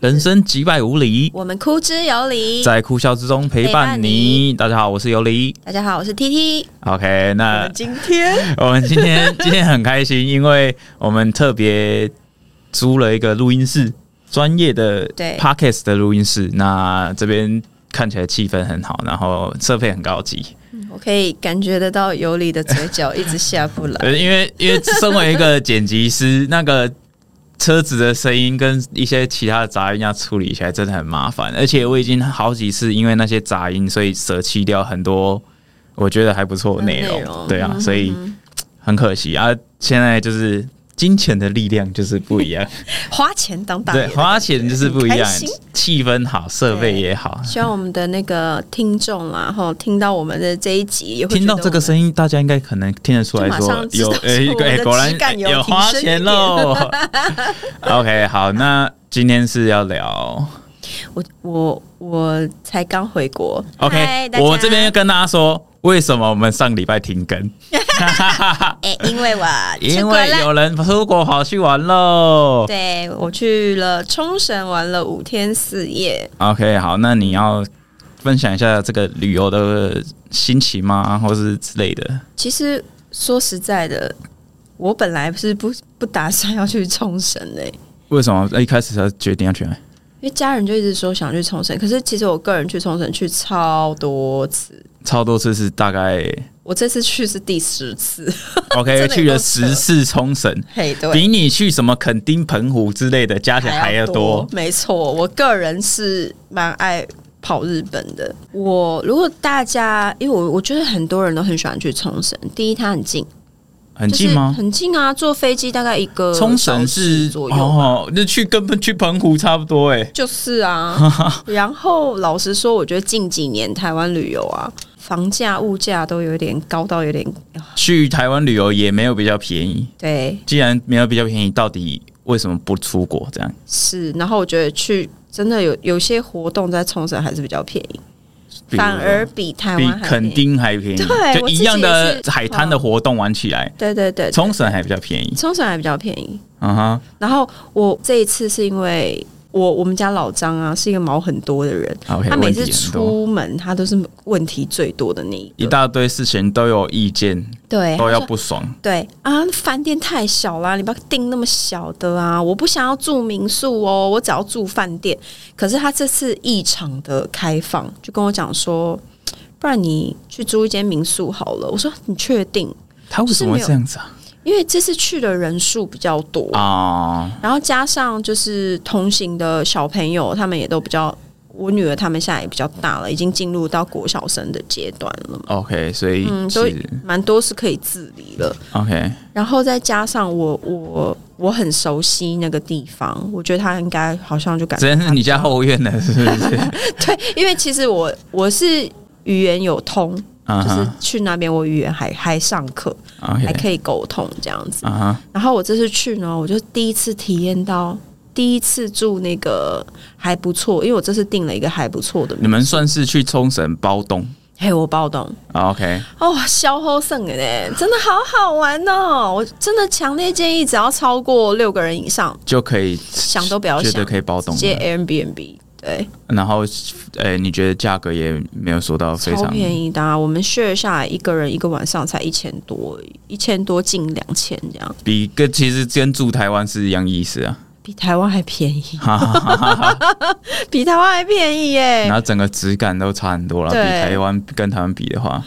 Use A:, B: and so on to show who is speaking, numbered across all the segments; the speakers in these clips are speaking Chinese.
A: 人生几百无理，
B: 我们哭之有理。
A: 在哭笑之中陪伴你。大家好，我是尤里。
B: 大家好，我是 T T。
A: OK，
B: 我
A: 那
B: 们今天
A: 我们今天今天很开心，因为我们特别租了一个录音室，专业的
B: 对
A: Podcast 的录音室。那这边看起来气氛很好，然后设备很高级。
B: 我可以感觉得到尤里的嘴角一直下不来。
A: 呃，因为因为身为一个剪辑师，那个车子的声音跟一些其他的杂音要处理起来真的很麻烦，而且我已经好几次因为那些杂音，所以舍弃掉很多我觉得还不错的内容。
B: 内容嗯
A: 对啊，所以很可惜啊。现在就是金钱的力量就是不一样，
B: 花钱当 大
A: 对，
B: 爷。
A: 花钱就是不一
B: 很
A: 样
B: 开心，
A: 气氛好，设备
B: 对
A: 也好。
B: 希望我们的那个听众啊，吼，听到我们的这一集，也会
A: 听到这个声
B: 音，
A: 音，大家应该可能听得出来
B: 就马
A: 说
B: 上知
A: 有
B: 道
A: 诶
B: 说我们
A: 诶
B: 的
A: 果然哎
B: 质感有
A: 有
B: 提
A: 花
B: 升一
A: 钱喽。OK，好，那今天是要聊
B: 我我我才刚回国。嗨
A: OK，
B: 大家
A: 我这边要跟大家说，为什么我们上礼拜停更？
B: 哎、因为我 出
A: 因
B: 国
A: 为
B: 了，
A: 有人出国跑去玩喽。
B: 对我去了冲绳玩了五天四夜。
A: OK，好，那你要分享一下这个旅游的心情吗，或是之类的？
B: 其实说实在的，我本来是不不打算要去冲绳的、
A: 为什么一开始才决定要去哪里？
B: 因为家人就一直说想去冲绳，可是其实我个人去冲绳去超多次，
A: 超多次是大概
B: 我这次去是第十次。
A: OK，
B: 真的有
A: 去了
B: 够扯
A: 十次冲绳。
B: 嘿，对，
A: 比你去什么垦丁、澎湖之类的加起来还要多。
B: 没错，我个人是蛮爱跑日本的。我如果大家，因为我我觉得很多人都很喜欢去冲绳，第一它很近，
A: 很近吗
B: 就是、？很近啊，坐飞机大概一个
A: 冲绳
B: 小时
A: 是
B: 左右。
A: 哦，那去根本去澎湖差不多哎、
B: 就是 啊，然后老实说，我觉得近几年台湾旅游啊，房价、物价都有点高到有点
A: 去台湾旅游也没有比较便宜，
B: 对，
A: 既然没有比较便宜，到底为什么不出国？这样
B: 是，然后我觉得去真的有有些活动在冲绳还是比较便宜，
A: 比如
B: 反而比台
A: 比
B: 湾还
A: 垦
B: 便宜。
A: 丁还便宜，
B: 对
A: 就
B: 我
A: 一
B: 自己
A: 样的
B: 也是嗯
A: 海滩的活动玩起来，
B: 对对对，
A: 冲绳还比较便宜。
B: 冲绳还比较便宜。
A: 嗯哼，
B: 然后我这一次是因为我我们家老张啊是一个毛很多的人，
A: OK，
B: 他每次
A: 问题很多，
B: 出门他都是问题最多的那一
A: 一
B: 个。
A: 大堆事情都有意见，
B: 对，
A: 都
B: 他
A: 要
B: 说
A: 不爽。
B: 对啊，饭店太小啦，你不要订那么小的啊！我不想要住民宿哦，我只要住饭店。可是他这次异常的开放，就跟我讲说，不然你去租一间民宿好了。我说你确定？
A: 他为什么会
B: 就是
A: 这
B: 没
A: 样子啊？
B: 因为这次去的人数比较多，
A: 啊，
B: 然后加上就是同行的小朋友，他们也都比较，我女儿他们现在也比较大了，已经进入到国小生的阶段了，
A: OK，所以
B: 嗯，所以
A: 是
B: 蛮多是可以自理了。
A: OK，
B: 然后再加上我我我很熟悉那个地方，我觉得他应该好像就感
A: 只能是你家后院的，是不是？
B: 对，因为其实我我是语言有通，
A: 啊
B: 就是
A: 哈
B: 去那边我语言还还上课，还
A: ，OK，
B: 可以沟通这样子。
A: 啊哈，
B: 然后我这次去呢，我就第一次体验到。第一次住那个还不错，因为我这次订了一个还不错的民宿。
A: 你们算是去冲绳包栋
B: 嘿，我包懂
A: 啊？OK，
B: 哦，消齁剩的嘞，真的好好玩哦！我真的强烈建议，只要超过六个人以上，
A: 就可以
B: 想都不要
A: 绝对
B: 想，
A: 可以包栋
B: 直
A: 了。
B: 接 Airbnb，对，
A: 然后，呃，你觉得价格也没有说到非
B: 超
A: 常
B: 便宜的、啊。我们 share 下来一个人一个晚上才一千多而已，一千多近两千这样，
A: 比跟其实跟住台湾是一样意思啊。
B: 比台湾还便宜，
A: 哈哈哈哈
B: 比台湾还便宜耶、
A: 然后整个质感都差很多了，比
B: 对
A: 台湾跟台湾比的话，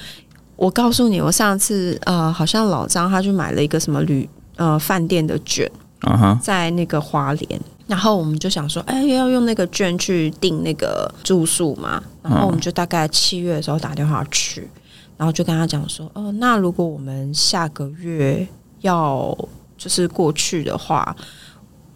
B: 我告诉你，我上次呃，好像老张他去买了一个什么旅呃饭店的券，
A: 嗯哼，
B: 在那个花莲。然后我们就想说，哎，要用那个券去订那个住宿嘛。
A: 嗯
B: 然后我们就大概七月的时候打电话去，然后就跟他讲说，哦、那如果我们下个月要就是过去的话，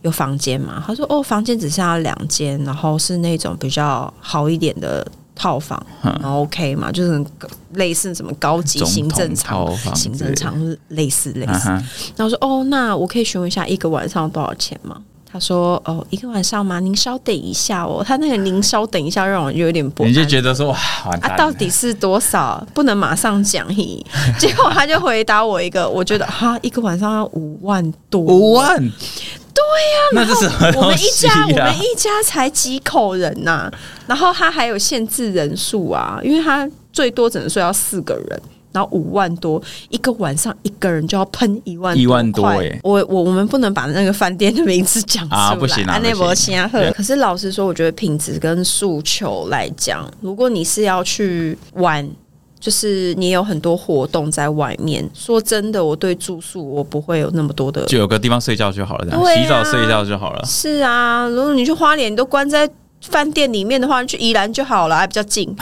B: 有房间吗？他说，哦，房间只剩下两间，然后是那种比较好一点的套房，
A: 嗯
B: 然后 OK 嘛，就是很类似什么高级行
A: 总
B: 政
A: 统
B: 舱、
A: 套房之
B: 行
A: 类的，
B: 政舱类似类
A: 啊
B: 似。
A: 哈，
B: 然后我说哦，那我可以询问一下一个晚上多少钱吗？他说哦，一个晚上吗？您稍等一下哦。他那个您稍等一下让我有点不安。
A: 你就觉得说哇，完蛋了，
B: 啊，到底是多少？不能马上讲嘿。结果他就回答我一个，我觉得哈，一个晚上要五万多，
A: 五万那是什么
B: 我
A: 东
B: 们一
A: 西
B: 家、
A: 啊？
B: 我们一家才几口人呐、然后他还有限制人数啊，因为他最多只能睡到四个人。然后五万多一个晚上，一个人就要喷一万
A: 一万多
B: 块
A: 欸
B: 我我我们不能把那个饭店的名字讲出来，
A: 啊不行啊
B: 那
A: 不行
B: 我先喝
A: 对。
B: 可是老实说，我觉得品质跟诉求来讲，如果你是要去玩，就是你有很多活动在外面，说真的，我对住宿我不会有那么多的
A: 就有个地方睡觉就好了，这样、
B: 对啊
A: 洗澡睡觉就好了。
B: 是啊，如果你去花莲，你都关在饭店里面的话，你去宜兰就好了，还比较 近，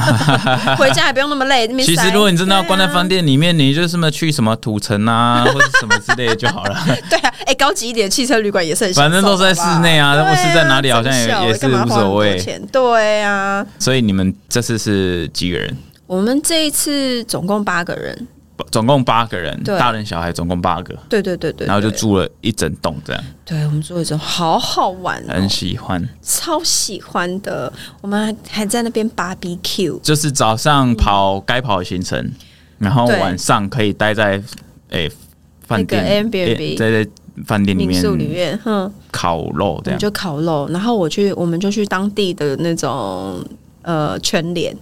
B: 回家也不用那么累。那边
A: 其实
B: 塞
A: 如果你真的要关在饭店里面，你就什么去什么土城啊， 或者什么之类的就好了。
B: 对啊，哎、高级一点的汽车旅馆也是很享
A: 反正
B: 受的吧，
A: 都是在室内啊，
B: 对
A: 那
B: 啊，
A: 不是在哪里好像也
B: 真小
A: 也是
B: 干嘛
A: 无
B: 花那么
A: 所
B: 多
A: 谓。
B: 钱对啊，
A: 所以你们这次是几个人？
B: 我们这一次总共八个人，
A: 总共八个人，
B: 对
A: 大人小孩总共八个，
B: 对对对对
A: 然后就
B: 对
A: 住了一整栋，这样
B: 对我们住一种好好玩、哦
A: 很，喜欢。
B: 超喜欢的。我们还还在那边 BBQ，
A: 就是早上跑该跑的行程，然后
B: 对
A: 晚上可以待在诶饭店
B: 那个 Airbnb
A: 诶待在饭店里
B: 民
A: 面
B: 宿里面，哼。
A: 烤肉
B: 我
A: 这
B: 们
A: 样。
B: 就烤肉，然后我去，我们就去当地的那种呃全联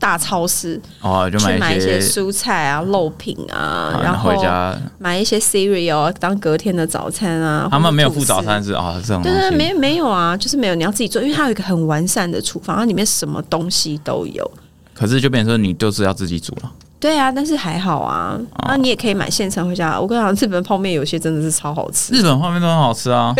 B: 大超市
A: 哦，就
B: 去买
A: 买
B: 一些
A: 一些，
B: 蔬菜啊、肉品啊，
A: 啊
B: 然后
A: 回家。
B: 买一些 cereal 啊当隔天的早餐啊。
A: 他们没有
B: 或者
A: 付
B: 吐司
A: 早餐。是啊，这种
B: 对
A: 东
B: 对，
A: 西
B: 没没有啊，就是没有，你要自己做，因为它有一个很完善的厨房，它里面什么东西都有。
A: 可是就变成说你就是要自己煮了。
B: 对啊，但是还好啊，
A: 哦
B: 那、你也可以买现成回家。我跟你讲，日本泡面有些真的是超好吃。
A: 日本泡面都很好吃 啊，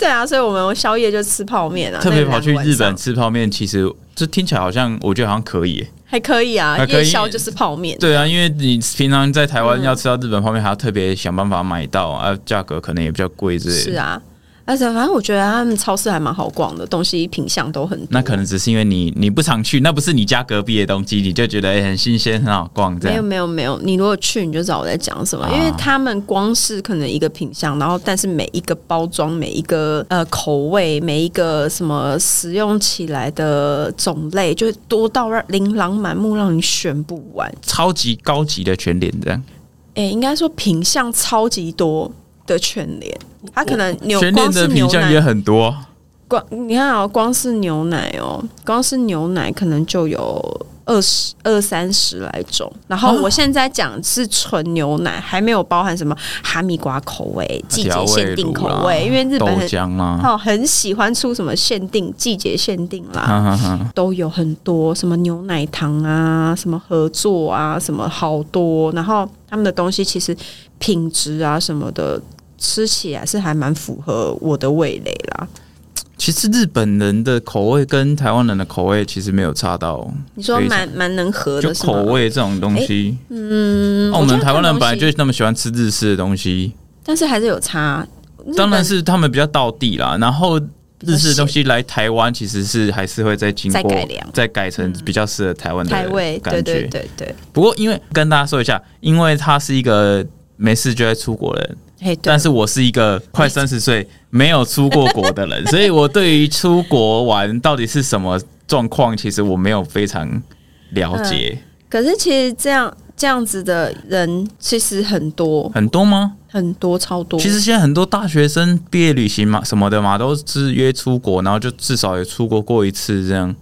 B: 对啊，所以我们宵夜就吃泡面啊，
A: 特别
B: 那个
A: 跑去
B: 晚
A: 日
B: 上
A: 本吃泡面，其实这听起来好像我觉得好像可以耶。
B: 还可以啊
A: 还，可以
B: 夜宵就是泡面。
A: 对啊，因为你平常在台湾要吃到日本泡面，还要特别想办法买到啊，价格可能也比较贵之类的。
B: 是啊，而且反正我觉得他们超市还蛮好逛的，东西品相都很多。
A: 那可能只是因为你你不常去，那不是你家隔壁的东西，你就觉得、欸、很新鲜，很好逛这
B: 没有
A: 样。
B: 没有没有，你如果去你就知道我在讲什么，
A: 啊
B: 因为他们光是可能一个品相，然后但是每一个包装、每一个呃口味、每一个什么使用起来的种类，就多到让琳琅满目，让你选不完。
A: 超级高级的全脸这样，
B: 诶、应该说品相超级多的全联，它可能牛
A: 全
B: 光
A: 脸
B: 是
A: 的
B: 牛
A: 品
B: 奶
A: 相也很多，
B: 光你看啊、光是牛奶哦，光是牛奶可能就有二十二三十来种。然
A: 啊
B: 后我现在讲是纯牛奶，还没有包含什么哈密瓜口味、季节限定口
A: 调
B: 味，因为日
A: 豆
B: 本很
A: 浆啊啦、
B: 哦很喜欢出什么限定、季节限定啦。
A: 啊，哈哈哈
B: 都有很多什么牛奶糖啊，什么合作啊，什么好多，然后他们的东西其实品质啊什么的，吃起来是还蛮符合我的味蕾啦。
A: 其实日本人的口味跟台湾人的口味其实没有差到，
B: 你说
A: 非常
B: 蛮蛮能合
A: 就
B: 的是吗
A: 口味这种东西，嗯，我
B: 我觉
A: 们
B: 得
A: 台湾人本来
B: 这种东
A: 就那么喜欢吃日式的东西，
B: 但是还是有差。日本
A: 当然是他们比较道地啦，然后。日式的东西来台湾，其实是还是会再经过
B: 再改良嗯
A: 再改成比较适合台湾的
B: 台味，
A: 感觉。
B: 对对对对，
A: 不过，因为跟大家说一下，因为他是一个没事就在出国的人，
B: 哎，对
A: 但是我是一个快三十岁没有出过国的 人，所以我对于出国玩到底是什么状况，其实我没有非常了解。
B: 可是其实这样这样子的人其实很多
A: 很多吗？
B: 很多超多，
A: 其实现在很多大学生毕业旅行嘛什么的嘛，都是约出国，然后就至少也出国过一次这样。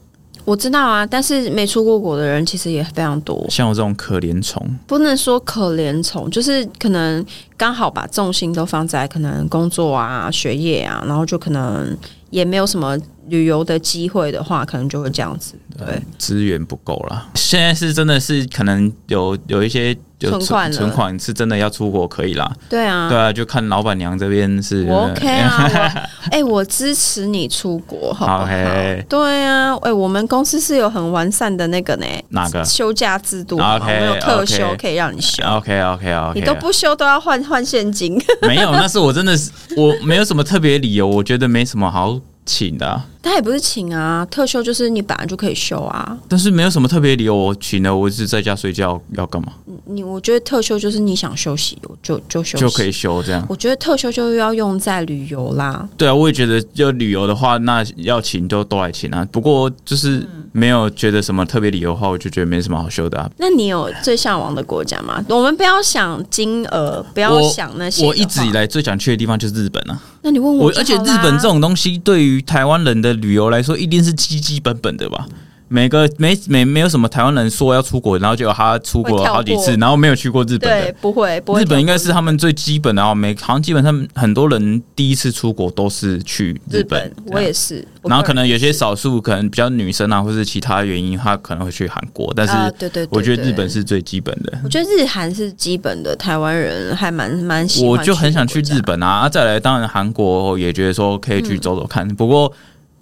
B: 我知道啊，但是没出过国的人其实也非常多，
A: 像我这种可怜虫，
B: 不能说可怜虫，就是可能刚好把重心都放在可能工作啊、学业啊，然后就可能也没有什么旅游的机会的话，可能就会这样子。对，
A: 资源不够啦。现在是真的是可能有有一些有
B: 存款了
A: 存款是真的要出国可以啦。
B: 对啊，
A: 对啊，就看老板娘这边是
B: 我 OK 啊，我哎、我支持你出 国，好不好？
A: 好嘿
B: 对啊，哎、我们公司是有很完善的那个呢，
A: 哪个
B: 休假制度
A: 啊 OK，
B: 好吗我们有特休
A: OK 啊
B: 可以让你休
A: OK OK OK，
B: 你都不休都要换换现金。
A: 没有，那是我真的是我没有什么特别理由，我觉得没什么好请的啊、
B: 他也不是请啊，特休就是你本来就可以休啊。
A: 但是没有什么特别理由我请的，我是在家睡觉要干嘛
B: 你我觉得特休就是你想休息我就就休息
A: 就可以。休这样。
B: 我觉得特休就要用在旅游啦，
A: 对啊，我也觉得要旅游的话，那要请就都来请啊。不过就是没有觉得什么特别理由的话，我就觉得没什么好秀的、啊。
B: 那你有最向往的国家吗？我们不要想金额，不要
A: 我
B: 想那些
A: 我
B: 的
A: 一直
B: 话
A: 以，来最想去的地方就是日本啊！
B: 那你问
A: 我
B: 就
A: 而且
B: 好
A: 日
B: 啦
A: 本这种东西对于台湾人的旅游来说，一定是基基本本的吧。每个没没没有什么台湾人说要出国，然后结果他出国
B: 会跳
A: 好几次，
B: 过
A: 然后没有去过日本
B: 对
A: 的。
B: 不会不会
A: 日本应
B: 跳
A: 该
B: 过
A: 是他们最基本的啊，每好像基本上很多人第一次出国都是去
B: 日
A: 本
B: 本，，我也是。我
A: 然后
B: 个
A: 可
B: 人
A: 能有
B: 也
A: 些
B: 是
A: 少数可能比较女生啊，或是其他原因，她可能会去韩国，但
B: 啊
A: 是
B: 对对对
A: 我觉得
B: 对
A: 日本是最基本的。
B: 我觉得日韩是基本的，台湾人还蛮蛮喜欢。
A: 我就很想去日。本啊，啊再来当然韩国也觉得说可以
B: 嗯
A: 去走走看，不过。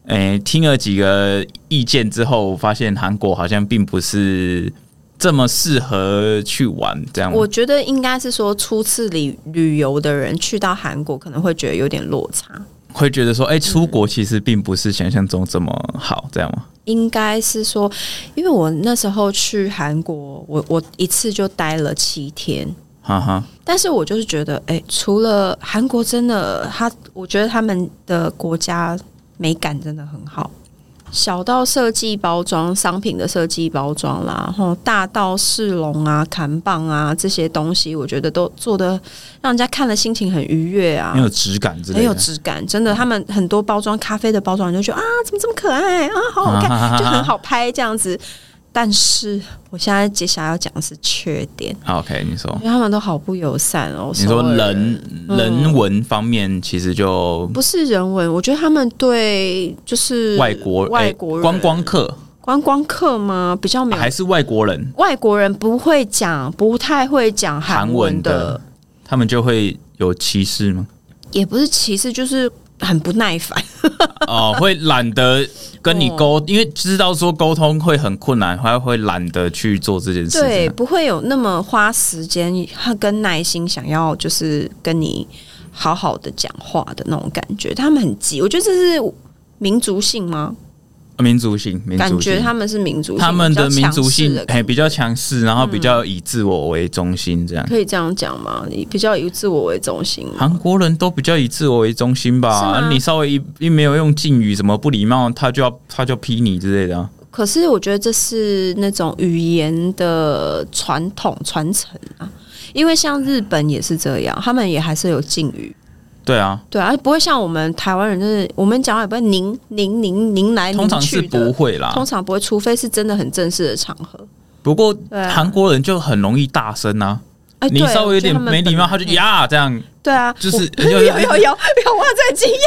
A: 诶、听了几个意见之后，我发现韩国好像并不是这么适合去玩，这样
B: 我觉得应该是说，初次旅旅游的人去到韩国可能会觉得有点落差，
A: 会觉得说，诶、
B: 嗯
A: 出国其实并不是想象中这么好，这样吗？
B: 应该是说，因为我那时候去韩国，我我一次就待了七天，
A: 哈哈，
B: 但是我就是觉得，哎、除了韩国真的，他我觉得他们的国家美感真的很好，小到设计包装、商品的设计包装啦，然后大到饰龙啊、砍棒啊这些东西，我觉得都做的让人家看了心情很愉悦啊
A: 很。有质感之类
B: 很
A: 的，
B: 有质感，真的，他们很多包装咖啡的包装，你就觉得啊，怎么这么可爱啊，好好看，
A: 看
B: 就很。好拍这样子。但是我现在接下来要讲的是缺点，
A: OK，你说
B: 因，为他们都好不友善哦。
A: 你说
B: 首尔
A: 人
B: 嗯
A: 人文方面其实就
B: 不是人文，我觉得他们对就是
A: 外国
B: 外
A: 诶
B: 国
A: 观
B: 人、嗯
A: 光客
B: 观光客吗？比较没有、
A: 还是外国人
B: 外国人不会讲，不太会讲
A: 韩
B: 文
A: 文的，他们就会有歧视 吗？
B: 也不是歧视，就是很不耐烦。
A: 哦，会懒得跟你沟，
B: 哦
A: 因为知道说沟通会很困难，还会懒得去做这件事
B: 对，
A: 情啊。
B: 不会有那么花时间跟耐心想要就是跟你好好的讲话的那种感觉，他们很急。我觉得这是民族性吗？
A: 民族性，民
B: 感
A: 族
B: 觉
A: 性，
B: 他们是民族性，
A: 他们的
B: 比较
A: 民
B: 强
A: 族
B: 势
A: 性
B: 的
A: 哎比较强势，然后比较以自我为中心这样。
B: 可以这样讲吗？你比较以自我为中心吗？
A: 韩国人都比较以自我为中心吧？啊
B: 是吗
A: 你稍微一一没有用敬语，什么不礼貌，他就要他就批你之类的啊、
B: 可是我觉得这是那种语言的传统传承啊，因为像日本也是这样，他们也还是有敬语。
A: 对啊，
B: 对啊，不会像我们台湾人，就是我们讲话也不会您您您您来
A: 通
B: 您
A: 常是
B: 哎去
A: 不啊
B: 的，
A: 会啦
B: 通。常不会，除非是真的很正式的场合。
A: 不过
B: 对啊
A: 韩国人就很容易大声啊，
B: 哎，
A: 你
B: 对
A: 稍微有
B: 我
A: 点
B: 觉得
A: 没礼貌，
B: 们
A: 他
B: 本
A: 就
B: 来
A: 呀这样，
B: 对啊，
A: 就是
B: 我
A: 就
B: 有有
A: 是
B: 有有有我这个经验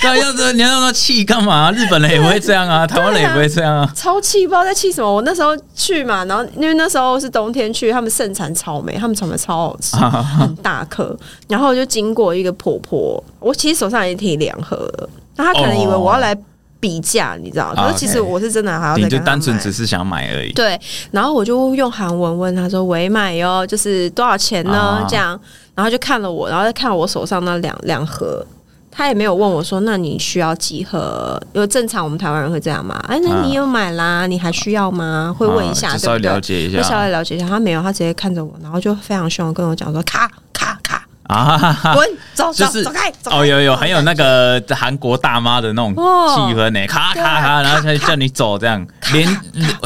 A: 对，要是你要让他气干嘛？日本人也不会这样 啊，台湾人也不会这 样啊。
B: 超气，不知道在气什么。我那时候去嘛，然后因为那时候是冬天去，他们盛产草莓，他们草莓超好 吃，很大颗。然后我就经过一个婆婆，我其实手上已经提两盒了，那她可能以为我要来比价，你知道？可是其实
A: 哦 OK
B: 我是真的还要
A: 你
B: 再跟
A: 就
B: 她
A: 单纯
B: 买
A: 只是想买而已。
B: 对，然后我就用韩文问他说：“喂，买哟，就是多少钱呢？”
A: 啊
B: 这样，然后就看了我，然后再看我手上那两两盒，他也没有问我说：“那你需要几盒？”因为正常我们台湾人会这样嘛。哎，那你有买啦？你还需要吗？会问一下，
A: 啊就稍
B: 对
A: 微
B: 不
A: 了
B: 对？
A: 解一
B: 会稍
A: 下
B: 微了解一下，他没有，他直接看着我，然后就非常凶地跟我讲说：“咔咔咔，
A: 啊，哈哈
B: 滚，走走
A: 就是
B: 走开，走开。
A: 哦，有有，还有那个韩国大妈的那种
B: 哦
A: 气氛呢，咔
B: 对
A: 咔
B: 啊
A: 咔，然后才叫你走这样，连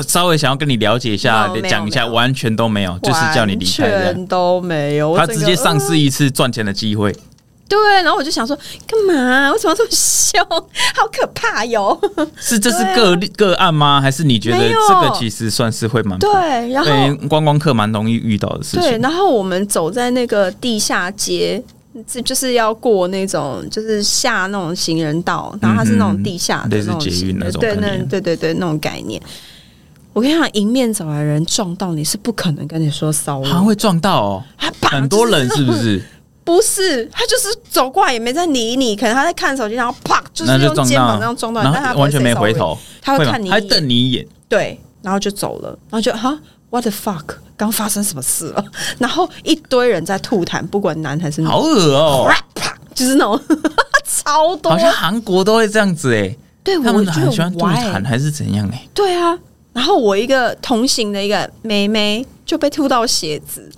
A: 稍微想要跟你了解一下
B: 没有没，有
A: 讲一下，
B: 没有
A: 完全都没有，就是叫你离开这
B: 完
A: 样。
B: 全都没有，我
A: 他
B: 整
A: 直
B: 个
A: 接丧
B: 呃
A: 失一次赚钱的机会，
B: 对，然后我就想说，干嘛？为什么这么凶？好可怕哟！
A: 是这是个例个案吗？还是你觉得
B: 没有
A: 这个其实算是会蛮
B: 对，啊然后
A: 对观光客蛮容易遇到的事
B: 对，
A: 情？
B: 然后我们走在那个地下街，这就是要过那种就是下那种行人道，然后它是那种地下的
A: 嗯类
B: 那
A: 似
B: 种
A: 捷运
B: 行
A: 那
B: 人，
A: 种
B: 对，
A: 概
B: 那
A: 念
B: 对对对那种概念。我跟你讲，迎面走来的人撞到你是不可能跟你说骚
A: 还
B: 扰，
A: 会撞到哦，
B: 他把
A: 很多人是不？
B: 就是
A: 是？
B: 不是，他就是走过来也没在理你，可能他在看手机，然后啪，就是
A: 那
B: 用
A: 撞
B: 肩膀这
A: 到
B: 样撞到你，
A: 然
B: 但他不
A: 后
B: 会
A: 完全
B: say
A: 没
B: sorry
A: 回，头，
B: 他会
A: 吗
B: 看你一
A: 还
B: 眼，
A: 瞪你一眼，
B: 对，然后就走了，然后就哈，what the fuck，刚发生什么事了？ 然后一堆人在吐痰，不管男还是女，
A: 好恶哦、
B: 啪啪，就是那种 超多
A: 好，像韩国都会这样子哎、
B: 对，我
A: 他们
B: 觉
A: 很喜
B: 得
A: 欢吐啊
B: why？
A: 痰还是怎样哎、
B: 对啊，然后我一个同行的一个妹妹就被吐到鞋子，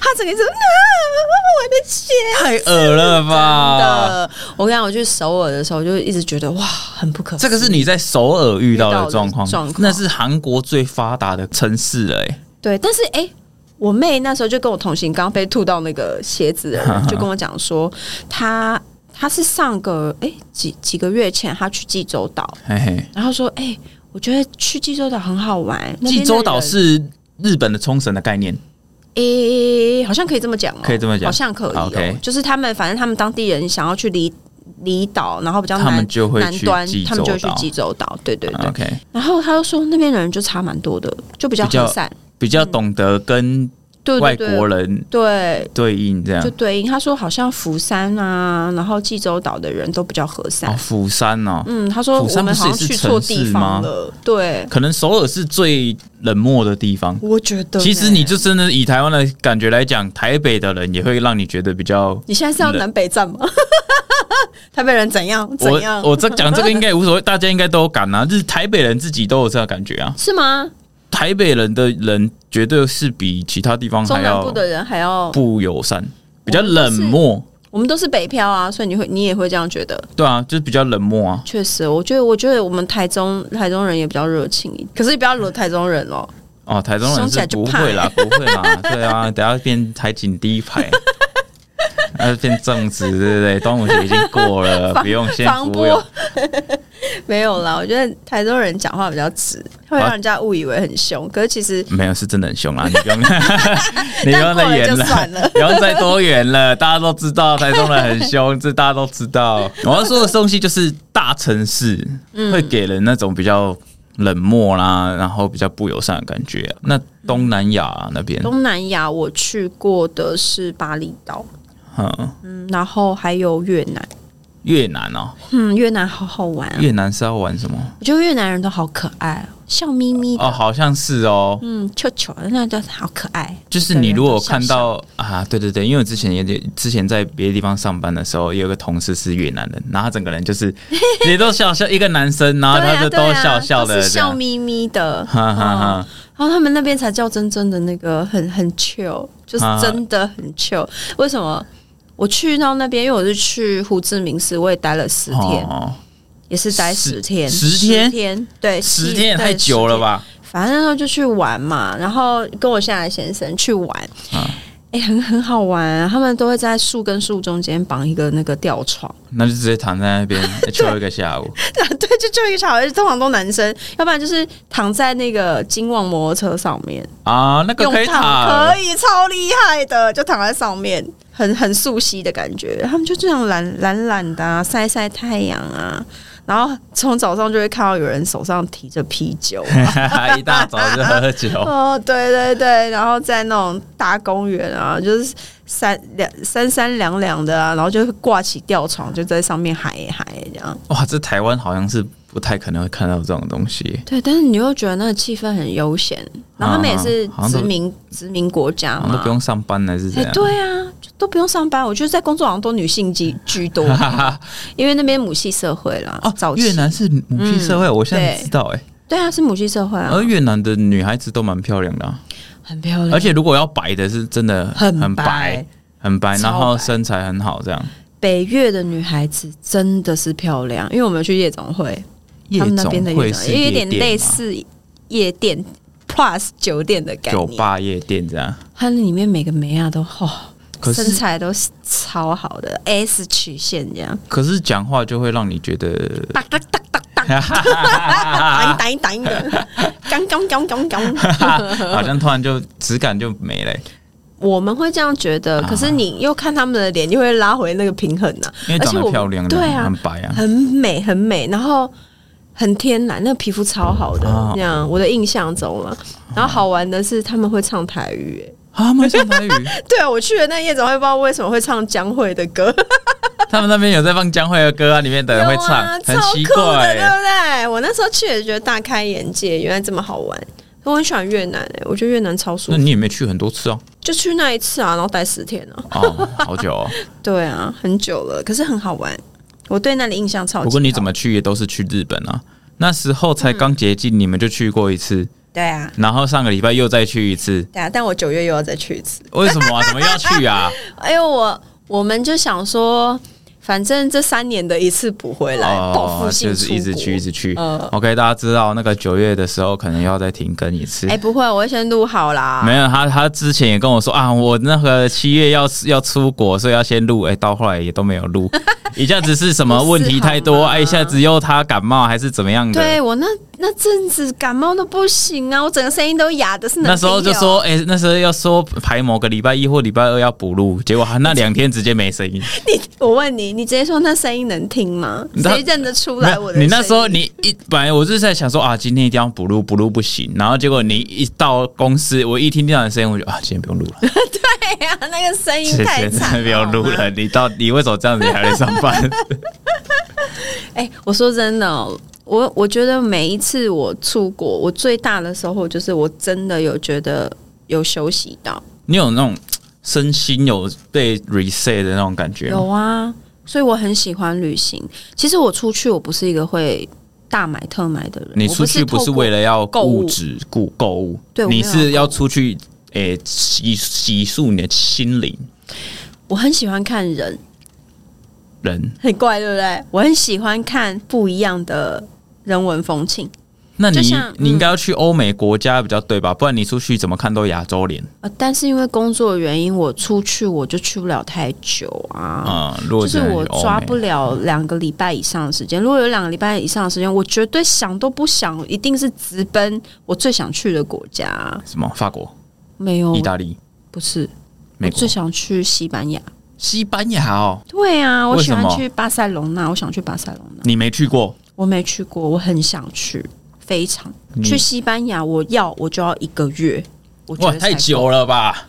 B: 她整个是、啊、我的鞋
A: 太恶了吧！
B: 的。我跟你讲，我去首尔的时候就一直觉得哇，很不可思
A: 这
B: 议。
A: 个是你在首尔遇到
B: 遇到
A: 的
B: 的
A: 状况，
B: 状况
A: 那是韩国最发达的城市了、欸。
B: 对，但是哎、诶我妹那时候就跟我同行，刚刚被吐到那个鞋子的 人，就跟我讲说，她她是上个哎、几几个月前她去济州岛，
A: 嘿嘿，
B: 然后说哎、诶我觉得去济州岛很好玩。那边
A: 济
B: 的
A: 州岛
B: 人
A: 是日本的冲绳的概念，
B: 诶、好像可以这么讲、哦，
A: 可以这么讲
B: 好像可以、哦。
A: OK
B: 就是他们，反正他们当地人想要去离离岛，然后比较
A: 他
B: 南
A: 们就会
B: 南
A: 去
B: 端
A: 济，
B: 他们
A: 州
B: 就会去
A: 岛啊
B: 济州岛。对对对。
A: OK，
B: 然后他又说那边的人就差蛮多的，就比较
A: 比较
B: 和善，
A: 比较懂得跟
B: 对
A: 外
B: 对对，
A: 国人
B: 对。
A: 对应这样
B: 就。对应他说，好像釜山啊，然后济州岛的人都比较和善。
A: 哦，釜山哦，
B: 嗯，他说
A: 釜
B: 我
A: 山
B: 们好像
A: 不是也
B: 去
A: 是
B: 错
A: 城
B: 地
A: 市
B: 方
A: 吗
B: 了。对，
A: 可能首尔是最冷漠的地方。
B: 我觉得呢。
A: 其实你就真的以台湾的感觉来讲，台北的人也会让你觉得比较。
B: 你现在是要
A: 冷
B: 南北站吗？ 台北人怎样怎样
A: 我？我这讲这个应该也无所谓，大家应该都敢啊，就是台北人自己都有这个感觉啊。
B: 是吗？
A: 台北人的人绝对是比其他地方
B: 中
A: 还
B: 南
A: 要
B: 部的人还要，
A: 不友善，比较冷漠。
B: 我们都是北漂啊，所以你会你也会这样觉得。
A: 对啊，就是比较冷漠啊。
B: 确实，我觉得我觉得我们台中台中人也比较热情一点，可是你不要惹台中人哦。
A: 哦，台中
B: 凶
A: 人
B: 起来
A: 是
B: 就
A: 不会啦，不会啦， 对啊，等下变台警第一 排，啊变正直，对不对？端午节已经过了，不用先
B: 防
A: 不用
B: 波。 没有啦，我觉得台中人讲话比较直，会让
A: 啊
B: 人家误以为很凶，可是其实
A: 没有，是真的很凶啊！你不用， 你不用
B: 但过
A: 再
B: 了
A: 演
B: 就
A: 了，
B: 算 了
A: 不用再多演了。大家都知道台中人很凶，这大家都知道。我要说的东西就是大城市
B: 嗯
A: 会给人那种比较冷漠啦，然后比较不友善的感觉。啊那东南亚、那边，
B: 东南亚我去过的是巴厘岛，
A: 嗯，
B: 嗯，然后还有越南，
A: 越南哦，
B: 嗯，越南好好玩、啊，
A: 越南是要玩什么？
B: 我觉得越南人都好可爱、哦，笑眯眯的，
A: 哦，好像是哦，
B: 嗯，球球那叫好可爱，
A: 就是你如果有看到啊，对对对，因为我之前也之前在别的地方上班的时候，也有个同事是越南人，然后他整个人就是 也都笑笑，一个男生，然后
B: 对啊
A: 他就
B: 对
A: 都
B: 啊
A: 笑笑的
B: 都是
A: 这
B: 笑
A: 样，
B: 眯眯的，
A: 哈哈
B: 嗯
A: 哈，
B: 然后他们那边才叫真正的那个很很 chill，就是
A: 啊
B: 真的很 chill。为什么？我去到那边，因为我是去胡志明市，我也待了十天，
A: 哦，
B: 也是待十天，
A: 十十天
B: 对，
A: 十
B: 七
A: 天也太久了？吧？
B: 对十天反正那时候就去玩嘛，然后跟我现在的先生去玩，哎、
A: 啊
B: 很很好玩、他们都会在树跟树中间绑一个那个吊床，
A: 那就直接躺在那边秋一个下午，
B: 对，就就一个小孩，通常都男生，要不然就是躺在那个金旺摩托车上面，
A: 啊，那个
B: 用
A: 可以
B: 躺
A: 躺
B: 可，以超厉害的，就躺在上面，很很素汐的感觉。他们就这样懒懒懒的、啊、晒晒太阳啊，然后从早上就会看到有人手上提着啤酒、
A: 一大早就喝 酒，
B: 哦，对对对，然后在那种大公园啊，就是三两三三两两的啊，然后就挂起吊床，就在上面嗨一嗨这样。
A: 哇，这台湾好像是不太可能会看到这种东西，
B: 对，但是你又觉得那个气氛很悠闲，然后他们也是
A: 啊好像
B: 殖
A: 都
B: 民殖民国家
A: 好像都
B: 嘛
A: 不，用上班了，是这
B: 哎、
A: 样。
B: 对啊，就都不用上班。我觉得在工作好像都女性居居多，因为那边母系社会啦。
A: 哦
B: 早，期嗯
A: 越南是母系社会，我现在知道哎、
B: 对啊，是母系社会啊，
A: 而越南的女孩子都蛮漂亮的啊、
B: 很漂亮，
A: 而且如果要白的，是真的
B: 嗯哎很
A: 很
B: 白
A: 白，很白，
B: 超
A: 然后
B: 白
A: 身材很好，这样。
B: 北越的女孩子真的是漂亮，因为我们有去夜总会，
A: 夜
B: 他们那边的
A: 总
B: 夜
A: 会
B: 总
A: 是
B: 会，因为有
A: 夜
B: 点
A: 店
B: 类
A: 嘛
B: 似夜店 plus 酒店的概
A: 酒
B: 念。
A: 吧夜店这样。
B: 它里面每个美亚都哦，
A: 可
B: 身
A: 是
B: 材都是超好的 S 曲线这样，
A: 可是讲话就会让你觉得，
B: 哒哒哒哒哒，
A: 啊
B: 打一打一打一的， 刚刚刚刚刚。
A: 好像突然就质感就没了欸、
B: 我们会这样觉得，
A: 啊
B: 可是你又看他们的脸，就会拉回那个平衡呐、
A: 因为
B: 而
A: 长
B: 且
A: 得
B: 我
A: 漂亮的，
B: 对啊
A: 很，白啊。
B: 很美很美，然后很天然，那个皮肤超好的，
A: 哦
B: 这样我的印象中了。然后好玩的是他们会唱台语、欸
A: 啊，他们会唱台语，
B: 对啊，我去了那夜总会，不知道为什么会唱江蕙的歌，
A: 他们那边有在放江蕙的歌啊，里面的人会
B: 有
A: 唱，
B: 啊
A: 很
B: 超
A: 奇
B: 酷的，
A: 怪、
B: 对
A: 欸。
B: 不对？我那时候去也觉得大开眼界，原来这么好玩。我很喜欢越南、欸，我觉得越南超舒
A: 那
B: 服，
A: 你有没有去很多次哦？
B: 就去那一次啊，然后待十天啊。
A: 哦，好久 哦。
B: 对啊，很久了，可是很好玩。我对那里印象超级好。
A: 啊
B: 嗯
A: 不过你怎么去也都是去日本啊，那时候才刚解禁，你们就去过一次，
B: 对啊，
A: 然后上个礼拜又再去一次，
B: 对啊，但我九月又要再去一次，
A: 为什么、啊？怎么又要去啊？
B: 哎呦，我我们就想说，反正这三年的一次补回来， 报复性
A: 哦就
B: 出
A: 是
B: 国
A: 一直去一直去。
B: 嗯
A: OK，大家知道那个九月的时候可能又要再停更一次。
B: 哎、不会，我会先录好啦。
A: 没有，他他之前也跟我说啊，我那个七月要要出国，所以要先录。哎、到后来也都没有 录，一下子是什么问题太
B: 不是
A: 多，
B: 好吗
A: 哎、一下子又他感冒还是怎么样的。
B: 对我那那阵子感冒的不行啊，我整个声音都哑的，是哪
A: 那时候就
B: 里哦
A: 说，哎、那时候要说排某个礼拜一或礼拜二要补录，结果他 那两天直接没声音。
B: 你，我问你，你直接说那声音能听吗？
A: 那
B: 谁认得出
A: 没
B: 来
A: 有
B: 我的声
A: 你
B: 音？
A: 那时候 你一本来我就是在想说啊，今天一定要补录，补录不行。然后结果你一到公司，我一听到你的声音，我就啊，今天不用录了，
B: 对哎呀、那个声音
A: 今
B: 太
A: 天真
B: 惨啊了，
A: 的不用录
B: 好吗
A: 了。你到你为什么这样子你还来上班？
B: 哎、我说真的哦、我我觉得每一次我出国，我最大的收获就是我真的有觉得有休息到，
A: 你有那种身心有被 reset 的那种感觉吗？
B: 有啊，所以我很喜欢旅行。其实我出去，我不是一个会大买特买的人，
A: 你出去
B: 我不
A: 不
B: 是
A: 是
B: 透过
A: 为了要
B: 购物
A: 物质购购物，
B: 对我没
A: 你
B: 有
A: 是
B: 要
A: 要
B: 购物
A: 出去诶、洗洗漱你的心灵
B: 我很喜欢看人，
A: 人。
B: 很怪，对不对？我很喜欢看不一样的人文风情
A: 那
B: 就
A: 你
B: 像嗯
A: 你应该要去欧美国家比较对吧？不然你出去怎么看都亚洲脸
B: 呃，但是因为工作的原因，我出去我就去不了太久啊。
A: 啊、如果
B: 就是
A: 真的
B: 我
A: 去欧
B: 抓
A: 美嗯
B: 不了两个礼拜以上的时间，如果有两个礼拜以上的时间，我绝对想都不想，一定是直奔我最想去的国家。
A: 什么法国、
B: 没有
A: 意，大利、
B: 不是，嗯我
A: 美国
B: 最、想去西班牙。
A: 西班牙哦，
B: 对啊，我
A: 为
B: 喜
A: 什
B: 欢
A: 么
B: 去巴塞隆纳，我想去巴塞隆纳，
A: 你没去过，
B: 我没去过，我很想去，非常。
A: 你
B: 去西班牙，我要我就要一个月，我觉
A: 哇，
B: 得
A: 太
B: 才
A: 久
B: 够。
A: 了吧？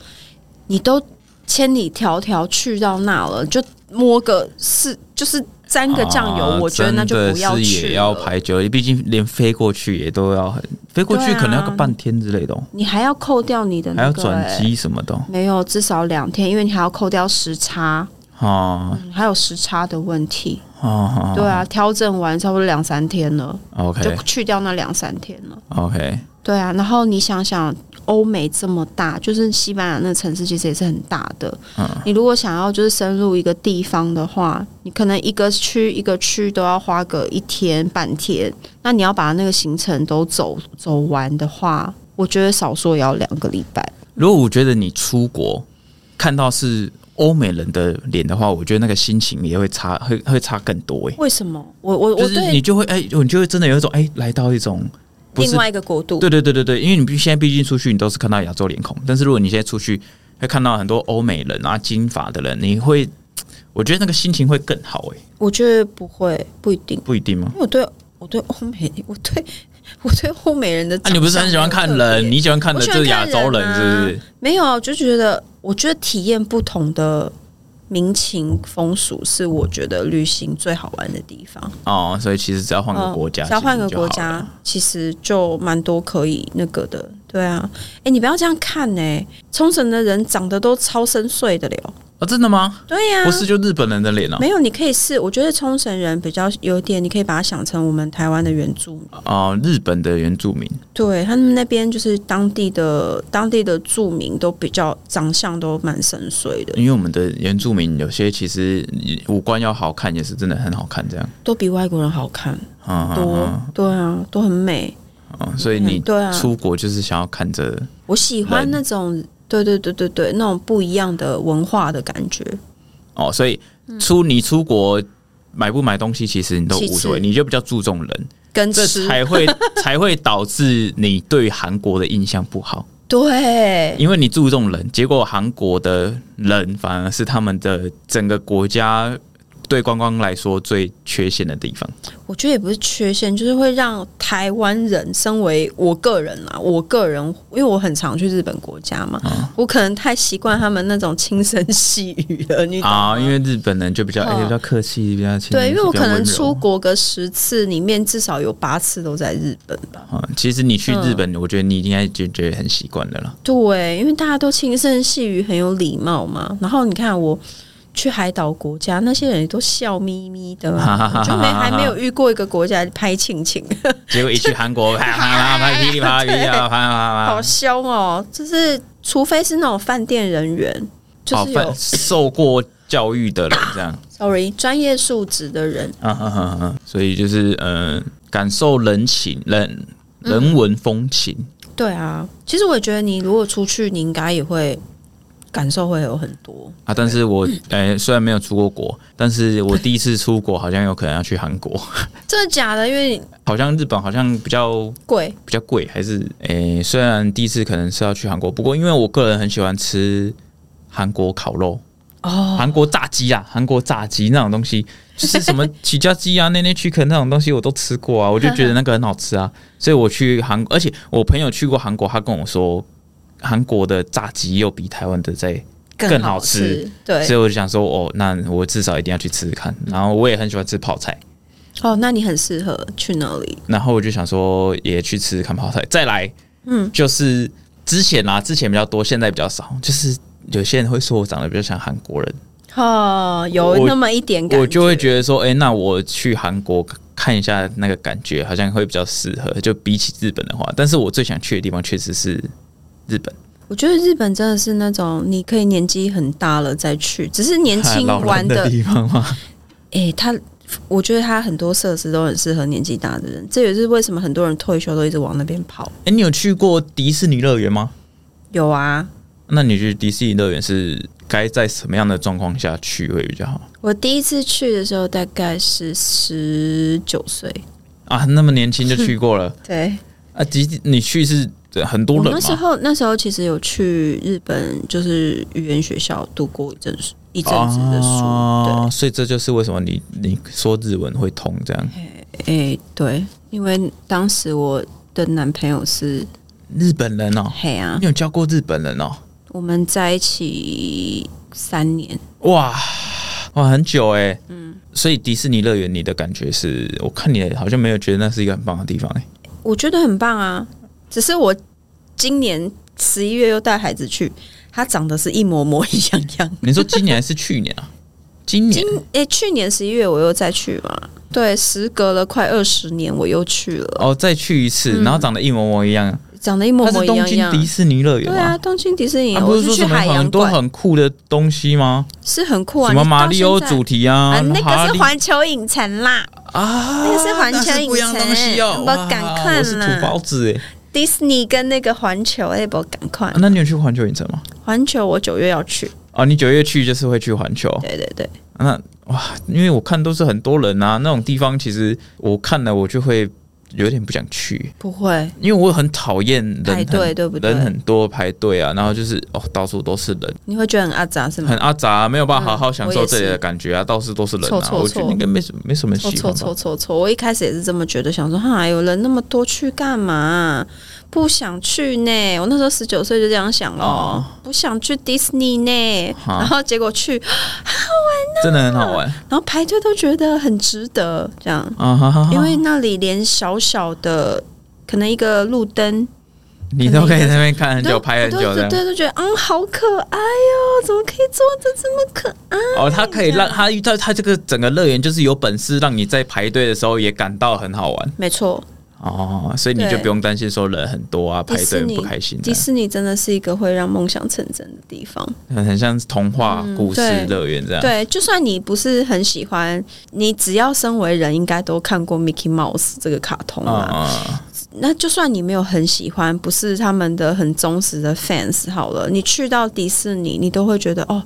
B: 你都千里迢迢去到那了，就摸个是就是沾个酱油，
A: 啊
B: 我觉得那就
A: 真的
B: 不要
A: 是
B: 去
A: 也要
B: 了
A: 排久，毕竟连飞过去也都要很，飞过去
B: 对啊
A: 可能要个半天之类的、哦，
B: 你还要扣掉你的
A: 还
B: 那
A: 要
B: 个、
A: 转
B: 欸
A: 机什么的哦
B: 没有，至少两天，因为你还要扣掉时差，
A: 哦
B: 嗯还有时差的问题。
A: 哦哦。哎
B: 对啊，调整完差不多两三天了，就
A: ，OK
B: 去掉那两三天了。
A: OK，
B: 对啊，然后你想想，欧美这么大，就是西班牙那城市其实也是很大的。
A: 嗯
B: 你如果想要就是深入一个地方的话，你可能一个区一个区都要花个一天半天，那你要把那个行程都走走完的话，我觉得少说也要两个礼拜。
A: 如果我觉得你出国看到是欧美人的脸的话，我觉得那个心情也会差，会会差更多哎、
B: 为什么？我我我
A: 就是你
B: 对
A: 就会哎、你就会真的有一种哎、来到一种不
B: 另
A: 是
B: 外一个国度，
A: 对对对对对，因为你毕现在毕竟出去，你都是看到亚洲脸孔，但是如果你现在出去，会看到很多欧美人啊、金发的人，你会，我觉得那个心情会更好诶、
B: 我觉得不会，不一定，
A: 不一定吗
B: 因？为我对我对欧美，我对我对欧美人的
A: 啊，你不是很喜欢看
B: 长相没有特别
A: 人，你喜欢看的
B: 我喜
A: 就
B: 欢
A: 是亚洲人，
B: 看
A: 是
B: 人啊
A: 不是？
B: 没有啊，我就觉得，我觉得体验不同的民情风俗是我觉得旅行最好玩的地方。
A: 哦，所以其实只要换个国家，
B: 嗯只要换个
A: 其实就好
B: 国
A: 了
B: 家，其实就蛮多可以那个的。对啊，哎、你不要这样看呢、冲绳的人长得都超深邃的了哟。
A: 啊，真的吗？
B: 对呀、
A: 不是就日本人的脸哦，
B: 没有，你可以是，我觉得冲绳人比较有点，你可以把它想成我们台湾的原住民。
A: 哦，日本的原住民
B: 对他们那边就是当地的当地的住民都比较长相都蛮深邃的，
A: 因为我们的原住民有些其实五官要好看，也是真的很好看，这样，
B: 都比外国人好看
A: 嗯
B: 多，对啊，都很美。
A: 嗯，所以你
B: 嗯对啊
A: 出国就是想要看着
B: 我喜欢
A: 人
B: 那种，对对对对对，那种不一样的文化的感觉。
A: 哦，所以
B: 嗯
A: 出你出国买不买东西，其实你都
B: 其
A: 无所谓，
B: 次
A: 你就比较注重人，
B: 跟
A: 这
B: 吃
A: 才会才会导致你对韩国的印象不好，
B: 对，
A: 因为你注重人，结果韩国的人反而是他们的整个国家对观光来说最缺陷的地方。
B: 我觉得也不是缺陷，就是会让台湾人，身为我个人啦，我个人，因为我很常去日本国家嘛，
A: 嗯
B: 我可能太习惯他们那种轻声细语了，你懂吗
A: 啊，因为日本人就比较、哎
B: 嗯
A: 比较客气，比较亲
B: 对，因为我
A: 比较
B: 可能
A: 温柔
B: 出国个十次，里面至少有八次都在日本吧。
A: 啊、其实你去
B: 嗯
A: 日本，我觉得你应该就觉得很习惯的了。
B: 对，因为大家都轻声细语，很有礼貌嘛。然后你看我去海岛国家，那些人也都笑眯眯的啊、 我就没还没有遇过一个国家拍庆庆，
A: 结果一去韩 国，啪啪啪啪噼里啪啦噼里啪啦啪啦啪
B: 好
A: 啦，
B: 凶哦！就是除非是那种饭店人员，就
A: 好
B: 是有
A: 分哦受过教育的人这样。
B: sorry 专业素质的人，
A: 啊哈哈哈！所以就是呃，感受人情、人人文风情。
B: 对啊。其实我觉得你如果出去，你应该也会感受会有很多。
A: 啊，但是我呃、虽然没有出过国，但是我第一次出国好像有可能要去韩国，
B: 真的假的？因为你
A: 好像日本好像比较
B: 贵
A: 比较贵，还是诶、呃虽然第一次可能是要去韩国，不过因为我个人很喜欢吃韩国烤肉，
B: 哦，
A: 韩国炸鸡啊，韩国炸鸡那种东西，就是什么起家鸡啊、 内内去啃那种东西，我都吃过啊，我就觉得那个很好吃啊。所以我去韩，而且我朋友去过韩国，他跟我说，韩国的炸鸡又比台湾的在，更好
B: 好
A: 吃。
B: 对
A: 所以我就想说，哦，那我至少一定要去吃吃看。然后我也很喜欢吃泡菜，
B: 哦，那你很适合去那里。
A: 然后我就想说，也去吃吃看泡菜。再来，嗯，就是之前啊，之前比较多，现在比较少，就是。有些人会说我长得比较像韩国人，
B: 哦，有
A: 我
B: 那么一点感
A: 我就会觉得说，哎、那我去韩国看一下那个感觉，好像会比较适合。就比起日本的话，但是我最想去的地方确实是日本。
B: 我觉得日本真的是那种你可以年纪很大了再去，只是年轻
A: 老
B: 玩
A: 人
B: 的，
A: 地方吗？
B: 诶、他我觉得他很多设施都很适合年纪大的人，这也是为什么很多人退休都一直往那边跑。
A: 哎、你有去过迪士尼乐园吗？
B: 有啊，
A: 那你觉得迪士尼乐园是该在什么样的状况下去会比较好
B: 我第一次去的时候大概是十九岁，
A: 啊？那么年轻就去过了
B: 对，
A: 啊？迪你去是很多
B: 我
A: 人
B: 那时
A: 吗？
B: 候那时候其实有去日本，就是语言学校读过一阵子一阵子的书，
A: 啊，所以这就是为什么你你说日文会通这样。
B: 对，诶、对，因为当时我的男朋友是
A: 日本人哦，
B: 黑啊，
A: 你有教过日本人哦？
B: 我们在一起三年，
A: 哇哇，很久哎、嗯，所以迪士尼乐园你的感觉是，我看你好像没有觉得那是一个很棒的地方哎、
B: 我觉得很棒啊。只是我今年十一月又带孩子去，他长得是一模模 一样样。
A: 你说今年还是去年 啊？今年
B: 今诶、去年十一月我又再去嘛，对，时隔了快二十年我又去了，
A: 哦，再去一次，然后长得一模模一样，
B: 长嗯得一模
A: 它
B: 模
A: 是
B: 一
A: 东
B: 样
A: 京
B: 样。
A: 迪士尼乐园
B: 对
A: 吗
B: 啊，？东京迪士尼，
A: 啊，不
B: 我
A: 是说
B: 去
A: 什么
B: 海洋
A: 很多
B: 馆，
A: 很酷的东西吗？
B: 是很酷
A: 什
B: 啊。
A: 么
B: 你到
A: 马里奥
B: 现在
A: 主题啊，
B: 啊，那
A: 哈
B: 个
A: 利
B: 是环球影城啦，
A: 啊，
B: 那个是环球
A: 那是不一样的东西哦，
B: 影城
A: 哇
B: 我赶快
A: 我是
B: 啦
A: 土包子哎、
B: 迪士尼跟那个环球，哎不，赶快
A: 啊，那你有去环球影城吗？
B: 环球我九月要去，
A: 啊，你九月去就是会去环球，
B: 对对对。
A: 那哇，因为我看都是很多人啊，那种地方其实我看了我就会有点不想去，
B: 不会，
A: 因为我很讨厌人
B: 排
A: 很
B: 队对不对
A: 人很多排队啊，然后就是哦，到处都是人，
B: 你会觉得很阿杂是吗
A: 很？阿杂、没有办法好好享
B: 嗯我
A: 受
B: 也是
A: 这里的感觉啊，到处都是人
B: 错
A: 啊，
B: 错
A: 我觉得
B: 错
A: 应该没什没什么
B: 错
A: 喜
B: 错
A: 欢
B: 错
A: 吧。
B: 错错！我一开始也是这么觉得，想说哈，有人那么多去干嘛？不想去呢。我那时候十九岁就这样想哦，不想去迪士尼呢。
A: 啊
B: 然后结果去，
A: 真的很好玩
B: 然后排队都觉得很值得，这样，
A: 啊！哈哈哈
B: 因为那里连小小的可能一个路灯，
A: 你都可以在那边看很久，
B: 对
A: 拍很久
B: 对
A: 的
B: 对对，都觉得嗯，好可爱哦，怎么可以做的这么可爱？
A: 哦。它可以让它它它这个整个乐园就是有本事让你在排队的时候也感到很好玩
B: 没错，
A: 哦，所以你就
B: 对
A: 不用担心说人很多啊，排
B: 迪
A: 队
B: 士尼
A: 不开心这
B: 迪
A: 样。
B: 士尼真的是一个会让梦想成真的地方。
A: 嗯很很像童话故事
B: 对
A: 乐园这样。
B: 对，就算你不是很喜欢，你只要身为人，应该都看过 Mickey Mouse 这个卡通
A: 啊
B: 啦。
A: 啊
B: 那就算你没有很喜欢，不是他们的很忠实的 fans，好了，你去到迪士尼，你都会觉得哦，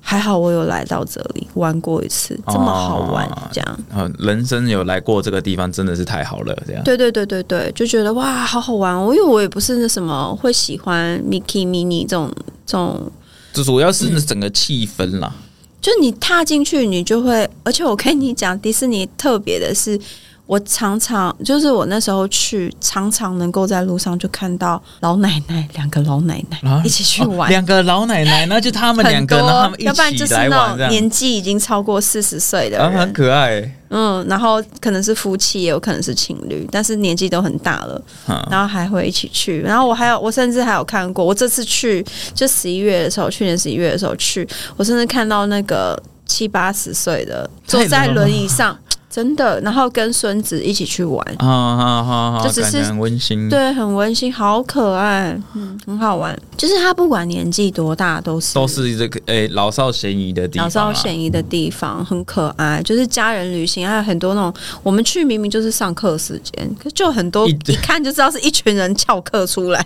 B: 还好我有来到这里玩过一次，这么好玩，
A: 哦
B: 这样。
A: 啊！人生有来过这个地方，真的是太好了，这样。
B: 对对对对对，就觉得哇，好好玩哦！因为我也不是那什么会喜欢 Mickey、Minnie 这种这种
A: 这主要是整个气氛啦。
B: 就你踏进去，你就会，而且我跟你讲，迪士尼特别的是，我常常就是我那时候去，常常能够在路上就看到老奶奶两个老奶奶
A: 啊
B: 一起去
A: 哦
B: 玩。
A: 两、个老奶奶，那就他们两
B: 很
A: 个，
B: 多
A: 然后他们，
B: 要不然
A: 一
B: 就
A: 起
B: 是
A: 来
B: 那
A: 玩这
B: 种
A: 样，啊
B: 年纪已经超过四十岁的
A: 然后很
B: 人，
A: 可 爱。
B: 嗯，然后可能是夫妻，也有可能是情侣，但是年纪都很大了，
A: 嗯
B: 然后还会一起去。然后我还有，我甚至还有看过，我这次去就十一月的时候，去年十一月的时候去，我甚至看到那个七八十岁的坐在轮椅上，真的，然后跟孙子一起去玩，
A: 啊啊啊！啊
B: 就只是
A: 感觉很温馨。
B: 对，很温馨，好可爱，嗯，很好玩。就是他不管年纪多大，都是
A: 都是这个诶、老少咸宜的地方、
B: 老
A: 啊。
B: 少咸宜的地方，很可爱。就是家人旅行，还有很多那种我们去明明就是上课时间，可就很多
A: 一
B: 一看就知道是一群人翘课出来，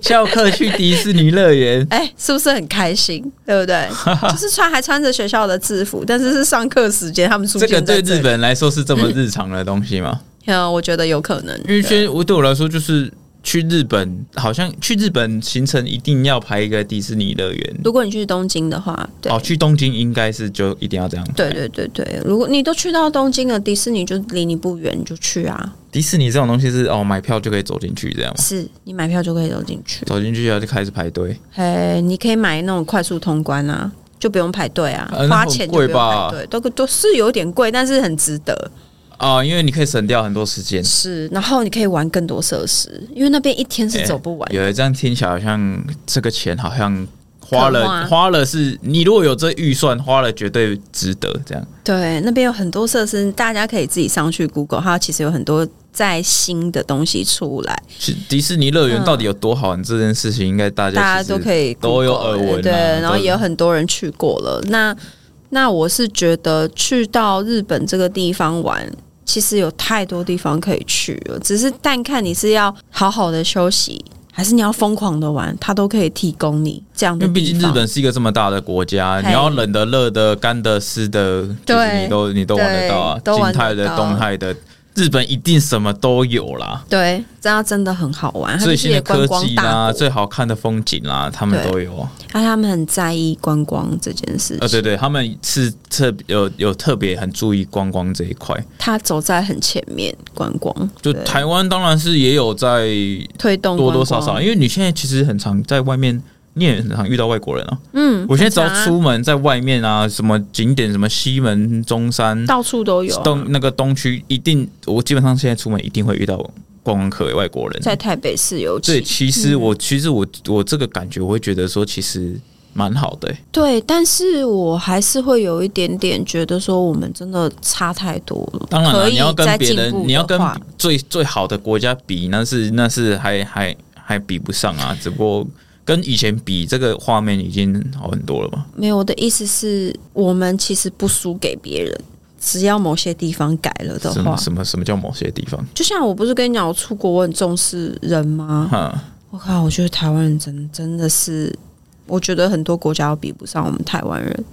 A: 翘课去迪士尼乐园
B: ，哎、是不是很开心？对 不对？就是穿还穿着学校的制服，但是是上课时间，他们出
A: 这
B: 现
A: 个
B: 在
A: 对
B: 这
A: 日
B: 里
A: 本人来说是这么日常的东西 吗？
B: 嗯，我觉得有可能，
A: 因为其实我对我来说就是。去日本好像去日本行程一定要排一个迪士尼乐园
B: 如果你去东京的话，对。
A: 哦，去东京应该是就一定要这样排。
B: 对对对对，如果你都去到东京了，迪士尼就离你不远，你就去啊。
A: 迪士尼这种东西是哦，买票就可以走进去这样吗？
B: 是你买票就可以走进去。
A: 走进去然后就开始排队，
B: 哎，你可以买那种快速通关啊，就不用排队啊，
A: 呃那
B: 花
A: 很
B: 钱就不
A: 贵
B: 用排
A: 吧
B: 队，都都是有点贵，但是很值得。
A: 哦，因为你可以省掉很多时间。
B: 是，然后你可以玩更多设施，因为那边一天是
A: 哎
B: 走不完。
A: 有这样听起来好像这个钱好像花
B: 可
A: 了
B: 花
A: 花了是，你如果有这预算，花了绝对值得这样。
B: 对，那边有很多设施，大家可以自己上去 Google，它其实有很多在新的东西出来，
A: 是迪士尼乐园
B: 嗯
A: 到底有多好玩这件事情，应该大家
B: 大家
A: 其实
B: 都可以 Google, 哎
A: 都有耳闻啊
B: 对，然后
A: 都
B: 也有很多人去过了。那那我是觉得去到日本这个地方玩。其实有太多地方可以去了，只是但看你是要好好的休息，还是你要疯狂的玩，它都可以提供你这样
A: 因
B: 的
A: 为
B: 地方。
A: 毕竟日本是一个这么大的国家，
B: 嘿
A: 你要冷的、热的、干的、湿的，就是
B: 对
A: 你都你都玩得到啊，
B: 对都
A: 静
B: 玩得
A: 态的、
B: 到
A: 动态的，日本一定什么都有啦。
B: 对，这样真的很好玩，它
A: 最
B: 就是
A: 新
B: 一
A: 的
B: 个观
A: 科
B: 光
A: 技
B: 大
A: 啦，
B: 国。
A: 最好看的风景啦，他们
B: 对
A: 都有。
B: 那、他们很在意观光这件事情，
A: 呃，对对，他们是特有有特别很注意观光这一块。
B: 他走在很前面，观光
A: 就
B: 对
A: 台湾当然是也有在
B: 推动
A: 多
B: 观
A: 多
B: 光
A: 少少，因为你现在其实很常在外面，你也很常遇到外国人啊。
B: 嗯，
A: 我现在只
B: 很
A: 要
B: 常啊
A: 出门，在外面啊，什么景点，什么西门、中山、
B: 到处都有啊、
A: 东那个东区，一定我基本上现在出门一定会遇到观光客外国人。
B: 在台北市嗯尤
A: 对，其
B: 其
A: 实我、其实我我这个感觉，我会觉得说，其实蛮好的、欸
B: 对，但是我还是会有一点点觉得说，我们真的差太多了。
A: 当然了，
B: 可以
A: 你要跟
B: 再
A: 别
B: 进
A: 人
B: 步，
A: 你要
B: 的
A: 跟
B: 话
A: 最最好的国家比，那是那是还还还比不上啊。只不过跟以前比，这个画面已经好很多了吧？
B: 没有我的意思是，我们其实不输给别人，只要某些地方改了的
A: 什么
B: 话，
A: 什么什么叫某些地方？
B: 就像我不是跟你讲，我出国我很重视人吗？
A: 哈，
B: 我靠，我觉得台湾人真真的是，我觉得很多国家都比不上我们台湾人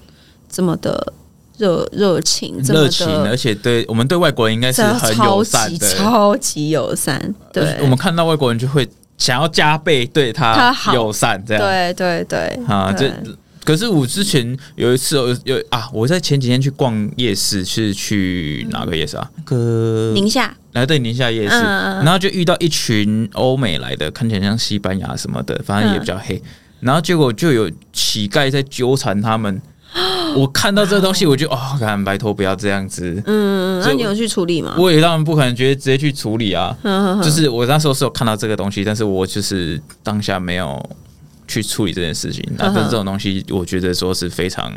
B: 这么的热热情，这么
A: 热
B: 的
A: 情，而且对我们对外国人应该是
B: 这
A: 很友
B: 超
A: 善
B: 级
A: 的。
B: 超级友善，对，
A: 我们看到外国人就会想要加倍对
B: 他
A: 他
B: 好
A: 友善，这样
B: 对对对，
A: 啊，这
B: 对。
A: 可是我之前有一次有有啊，我在前几天去逛夜市，是去哪个夜市啊？那个
B: 嗯宁夏，
A: 来对宁夏夜市，
B: 嗯
A: 然后就遇到一群欧美来的，看起来像西班牙什么的，反正也
B: 嗯
A: 比较黑。然后结果就有乞丐在纠缠他 们。我看到这东西，我就哦，干拜托不要这样子。
B: 嗯，
A: 所
B: 那
A: 以
B: 你有去处理吗？
A: 我也当然不可能觉得直接去处理 啊，
B: 嗯，
A: 就是我那时候是有看到这个东西，但是我就是当下没有去处理这件事情。那
B: 嗯哼
A: 但是这种东西，我觉得说是非常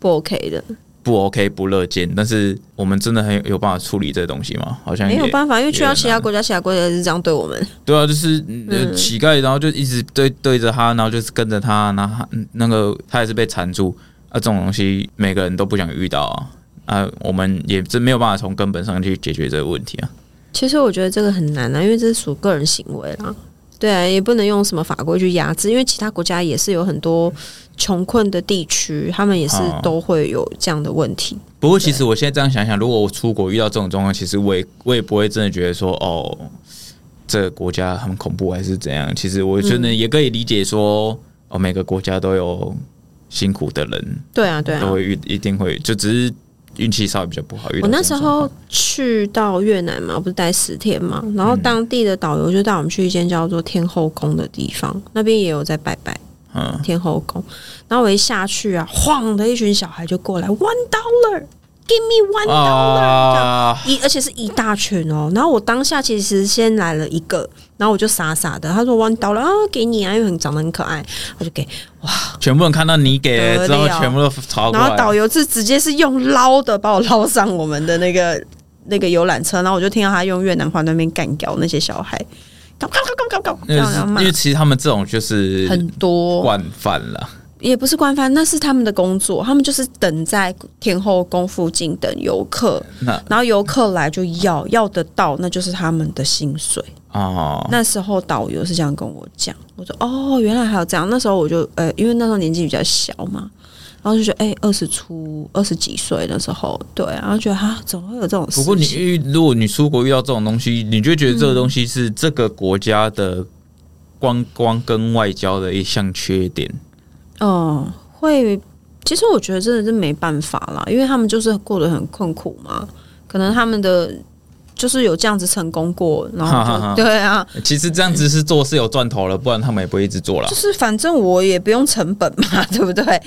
B: 不 OK 的，
A: 不 OK、不乐见。但是我们真的很有有办法处理这个东西吗？好像
B: 没有
A: 也
B: 办法，因为去到
A: 也
B: 其他国嗯家，其他国家也是这样对我们。
A: 对啊，就是呃乞丐，然后就一直对对着他，然后就是跟着他，然后他嗯那个他也是被缠住啊。这种东西每个人都不想遇到啊。啊，我们也真没有办法从根本上去解决这个问题啊。
B: 其实我觉得这个很难啊，因为这是属个人行为啦。对啊，也不能用什么法规去压制，因为其他国家也是有很多穷困的地区，他们也是
A: 哦
B: 都会有这样的问题。
A: 不过，其实我现在这样想想，如果我出国遇到这种状况，其实我也我也不会真的觉得说哦，这个国家很恐怖还是怎样。其实我真
B: 嗯
A: 的也可以理解说，哦，每个国家都有辛苦的人，
B: 对啊，对啊
A: 都，会遇一定会，就只是运气稍微比较不好。遇到
B: 我那
A: 这
B: 时
A: 种状
B: 候
A: 况嗯
B: 去到越南嘛，不是待十天嘛，然后当地的导游就带我们去一间叫做天后宫的地方，那边也有在拜拜
A: 嗯，
B: 天后宫。然后我一下去啊，晃的一群小孩就过来，one dollar，give me one dollar，、
A: 啊，
B: 一而且是一大群哦。然后我当下其实先来了一个，然后我就傻傻的，他说 one dollar 啊，给你啊，因为很长得很可爱，我就给。
A: 全部人看到你给了之后
B: 得，了
A: 全部都朝过
B: 然后导
A: 来。
B: 游是直接是用捞的把我捞上我们的那个 那个游览车，然后我就听到他用越南话那边干掉那些小孩，搞搞搞搞搞搞，
A: 那
B: 这
A: 个
B: 样
A: 是
B: 要
A: 因
B: 骂
A: 为其实他们这种就是
B: 很多，
A: 惯犯了，
B: 也不是官方，那是他们的工作，他们就是等在天后宫附近等游客，
A: 那
B: 然后游客来就要要得到，那就是他们的薪水。
A: 哦，
B: 那时候导游是这样跟我讲，我说哦，原来还有这样。那时候我就呃，因为那时候年纪比较小嘛，然后就觉得哎，二、十出二十几岁的时候，对，然后觉得啊，怎么会有这种
A: 不
B: 事情？
A: 过你遇，如果你出国遇到这种东西，你就觉得这个东西是这个国家的观光跟外交的一项缺点。
B: 嗯，会，其实我觉得真的是没办法啦，因为他们就是过得很困苦嘛，可能他们的就是有这样子成功过，然后就对啊，
A: 其实这样子是做是有赚头了，不然他们也不会一直做了
B: 就。是反正我也不用成本嘛， 对不对？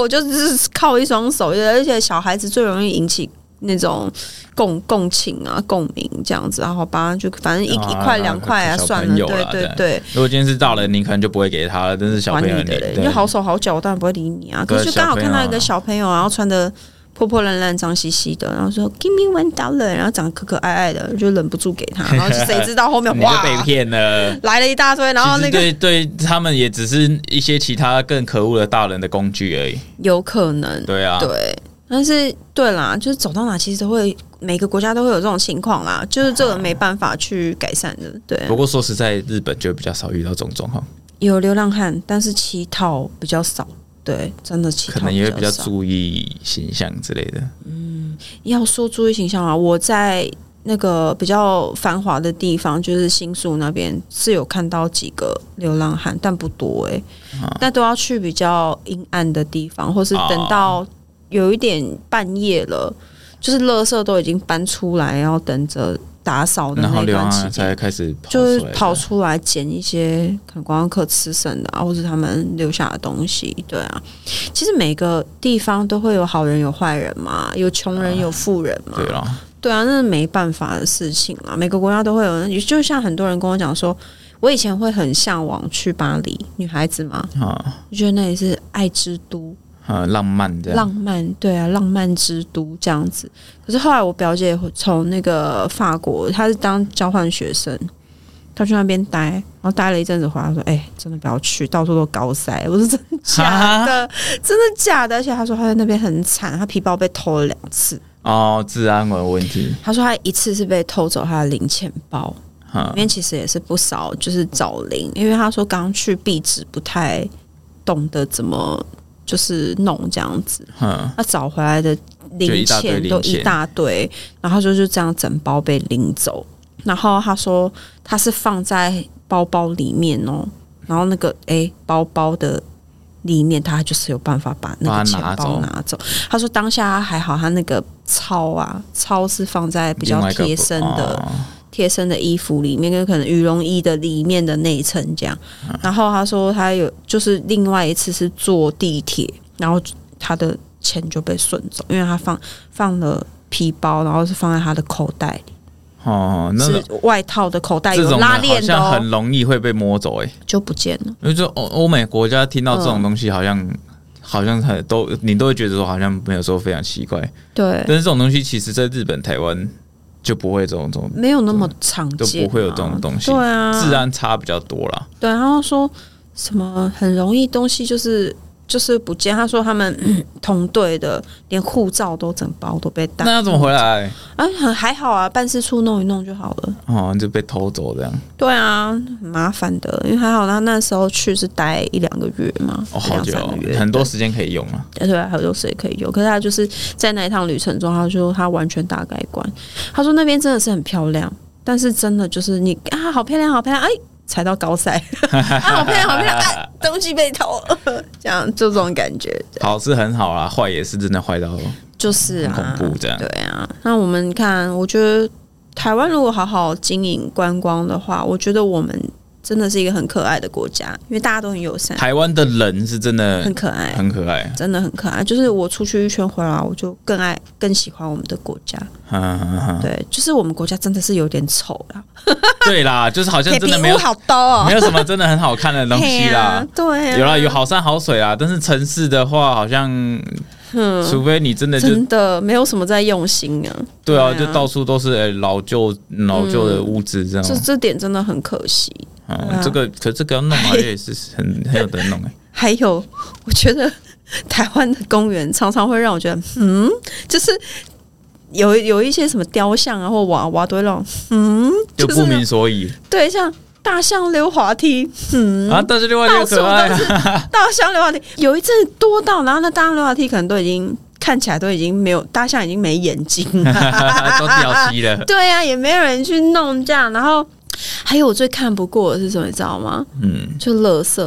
B: 我就只是靠一双手，而且小孩子最容易引起那种共共情啊、共鸣这样子，然后吧，就反正一、
A: 啊
B: 一块两块啊，
A: 小
B: 算
A: 朋
B: 了，
A: 友啦
B: 对对
A: 这
B: 对，
A: 如果今天是大人，你可能就不会给他了，但是小
B: 管
A: 朋
B: 你
A: 友
B: 的嘞，
A: 对
B: 你就好手好脚，我当然不会理你啊。
A: 对
B: 可是就刚好看到一个
A: 小
B: 小朋友，然后穿的。破破烂烂、脏兮兮的，然后说 “Give me one dollar”，然后长得可可爱爱的，就忍不住给他，然后谁知道后面
A: 你就
B: 哇
A: 被骗了。
B: 来了一大堆，然后
A: 其
B: 那
A: 实
B: 个
A: 对对，他们也只是一些其他更可恶的大人的工具而已。
B: 有可能
A: 对啊，
B: 对，但是对啦，就是走到哪其实都会，每个国家都会有这种情况啦，就是这个没办法去改善的。对，
A: 不过说实在，日本就比较少遇到这种状况，
B: 有流浪汉，但是乞讨比较少。对，真的乞讨
A: 可能也会比较
B: 少
A: 注意形象之类的。
B: 要说注意形象啊，我在那个比较繁华的地方，就是新宿那边是有看到几个流浪汉，但不多哎、
A: 啊
B: 但都要去比较阴暗的地方，或是等
A: 啊
B: 到有一点半夜了，就是垃圾都已经搬出来，要等着打扫的
A: 然后
B: 那
A: 流
B: 段
A: 浪
B: 期
A: 汉
B: 间
A: 才。开始跑出
B: 就
A: 来
B: 是
A: 的
B: 跑出来捡一些可能观光客吃剩的啊，或是他们留下的东西，对啊。其实每个地方都会有好人有坏人嘛，有穷人有富人嘛，
A: 对了，
B: 对啊，那是没办法的事情啊。每个国家都会有人，就像很多人跟我讲说，我以前会很向往去巴黎，女孩子嘛，
A: 啊，
B: 就觉得那里是爱之都，
A: 很浪漫这样。
B: 浪漫，对啊，浪漫之都这样子。可是后来我表姐从那个法国，她是当交换学生，她去那边待，然后待了一阵子回来，她说：“哎、真的不要去，到处都高塞。”我说：“真的假的？真的假的？”而且她说她在那边很惨，她皮包被偷了两次。
A: 哦，治安的问题，
B: 她说她一次是被偷走她的零钱包，
A: 嗯
B: 里面其实也是不少，就是找零，因为她说刚去壁纸不太懂得怎么就是弄这样子。
A: 嗯，
B: 他找回来的零钱都一大堆，然后就就这样整包被拎走。然后他说他是放在包包里面哦，然后那个诶包包的里面他就是有办法把那
A: 把
B: 个
A: 它
B: 钱
A: 拿
B: 包
A: 走
B: 拿走。他说当下还好，他那个钞啊钞是放在 比
A: 另
B: 较
A: 外一个
B: 贴身的
A: 哦
B: 贴身的衣服里面，跟可能羽绒衣的里面的内层这样。然后他说他有就是另外一次是坐地铁，然后他的钱就被顺走，因为他放放了皮包，然后是放在他的口袋里，
A: 哦，那
B: 是外套的口袋
A: 这
B: 有
A: 种的
B: 拉
A: 好
B: 链的、
A: 像
B: 哦
A: 很，容易会被摸走，哎，
B: 就不见了。
A: 因为就欧欧美国家听到这种东西，好像好像很都你都会觉得说好像没有说非常奇怪，
B: 对
A: 但，是这种东西其实在日本、台湾就不会这种这种
B: 没有那么常见、啊，
A: 就不会有这种东西
B: 对啊，
A: 治安差比较多啦。
B: 对，然后说什么很容易东西就是就是不见。他说他们 嗯同队的连护照都整包都被带，
A: 那要怎么回来？
B: 啊，很还好啊，办事处弄一弄就好了。
A: 哦，就被偷走这样，
B: 对啊，很麻烦的，因为还好他那时候去是待一两个月嘛，
A: 哦，
B: 一
A: 好
B: 两
A: 久
B: 三
A: 哦
B: 个月，
A: 很多时间可以用啊。
B: 对对啊，很多事也可以有。可是他就是在那一趟旅程中，他就他完全大改观。他说那边真的是很漂亮，但是真的就是你啊，好漂亮，好漂亮，哎。踩到 高塞啊，好漂亮，好漂亮！哎，东西被偷了，这样就这种感觉。
A: 好是很好啦，坏也是真的坏到
B: 就是啊，
A: 很恐怖这样
B: 对啊，那我们看，我觉得台湾如果好好经营观光的话，我觉得我们真的是一个很可爱的国家，因为大家都很友善，
A: 台湾的人是真的
B: 很可爱，
A: 很可爱，
B: 真的很可爱。就是我出去一圈回来，我就更爱、更喜欢我们的国家。
A: 嗯嗯嗯
B: 对，就是我们国家真的是有点丑啦，
A: 对啦，就是好像
B: 铁
A: 真
B: 皮
A: 的没
B: 屋
A: 有
B: 好多哦
A: 没，有什么真的很好看的东西 啦。
B: 对啊，对
A: 有啦，
B: 啊，
A: 有好山好水啦，但是城市的话，好像除非你真的就
B: 真的啊没有什么在用心啊。
A: 对啊，
B: 对
A: 就
B: 啊
A: 到处都是哎老旧老旧的屋子这
B: 嗯这啊
A: 样。
B: 这点真的很可惜。
A: 嗯，这个可这个要弄 好像也是很很有得弄哎。
B: 还有，我觉得 台湾的公园常常会让我觉得，嗯，就是有有一些什么雕像啊或娃娃都会让我，
A: 就
B: 就是
A: 不明所以、
B: 对，像大象溜滑梯，
A: 啊，但是另外一个可爱
B: 嗯到处
A: 啊，，
B: 大象溜滑梯有一阵子多到，然后那大象溜滑梯可能都已经看起来都已经没有大象已经没眼睛 了
A: 都掉漆了，
B: 对呀、啊，也没有人去弄这样，然后。还有我最看不过的是什么，你知道吗？
A: 嗯，
B: 就垃圾，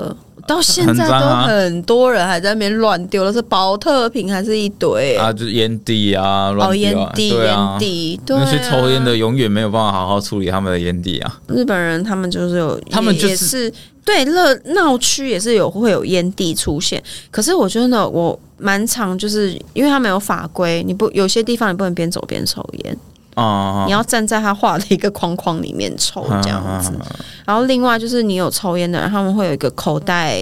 B: 到现
A: 很
B: 在
A: 脏啊
B: 都很多人还在那边乱丢，垃圾保特瓶还是一堆、
A: 啊，就是烟蒂啊，乱
B: 哦，烟
A: 丢啊
B: 蒂，
A: 对
B: 烟
A: 啊。
B: 蒂，对、啊，
A: 那些抽烟的永远没有办法好好处理他们的烟蒂啊，
B: 日本人，他们就是有，
A: 他们
B: 也
A: 就是
B: 也是对热闹区也是有会有烟蒂出现。可是我觉得我蛮常就是因为他们有法规，你不有些地方你不能边走边抽烟，
A: 啊，
B: 你要站在他画的一个框框里面抽
A: 啊
B: 这样子。
A: 啊啊啊
B: 然后另外就是你有抽烟的人，他们会有一个口袋，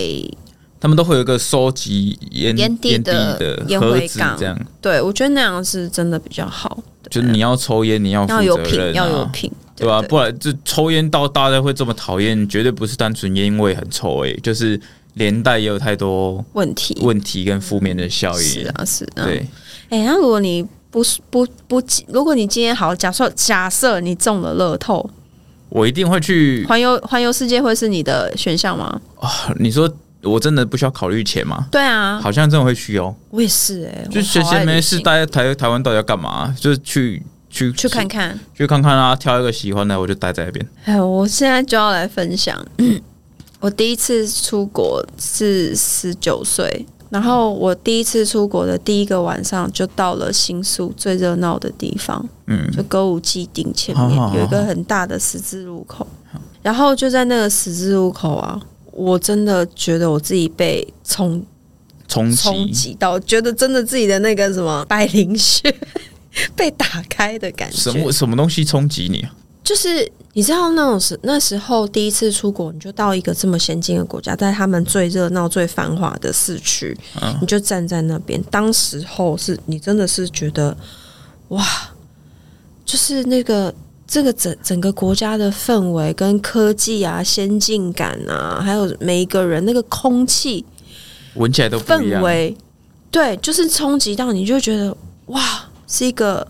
A: 他们都会有一个收集烟
B: 烟蒂的
A: 的
B: 烟
A: 盒
B: 灰
A: 子
B: 缸
A: 这样，
B: 对我觉得那样是真的比较好，
A: 就
B: 对
A: 是你要抽烟，你要负
B: 要有品
A: 责，任
B: 要有
A: 啊，
B: 品，
A: 对吧？不然就抽烟到大家会这么讨厌，绝对不是单纯烟味很臭诶，就是连带也有太多
B: 问题
A: 问题跟负面的效
B: 是
A: 应。
B: 啊是啊，
A: 对，
B: 哎、那如果你不是不不，如果你今天好，假设假设你中了乐透，
A: 我一定会去
B: 环游环游世界会是你的选项吗？
A: 你说我真的不需要考虑钱吗？
B: 对啊，
A: 好像真的会去哦，
B: 我也是哎、
A: 就
B: 我
A: 闲
B: 好爱
A: 闲没
B: 旅
A: 事
B: 行
A: 待在台台湾到底要干嘛？就是去去
B: 去看看。
A: 去看看啊，挑一个喜欢的我就待在那边。
B: 哎，我现在就要来分享，我第一次出国是十九岁。然后我第一次出国的第一个晚上，就到了新宿最热闹的地方，
A: 嗯，
B: 就歌舞伎町前
A: 好
B: 面
A: 好好
B: 有一个很大的十字路口，然后就在那个十字路口啊，我真的觉得我自己被冲
A: 冲
B: 冲
A: 击
B: 击到，觉得真的自己的那个什么百灵穴 被打开的感
A: 什
B: 觉
A: 么，什么东西冲击你啊？
B: 就是。你知道那种时那时候第一次出国，你就到一个这么先进的国家，在他们最热闹、最繁华的市区，
A: 嗯
B: 你就站在那边。当时候是你真的是觉得哇，就是那个这个整整个国家的氛围跟科技啊、先进感啊，还有每一个人那个空气
A: 闻起来都不一
B: 氛
A: 样。
B: 围，对，就是冲击到你就觉得哇，是一个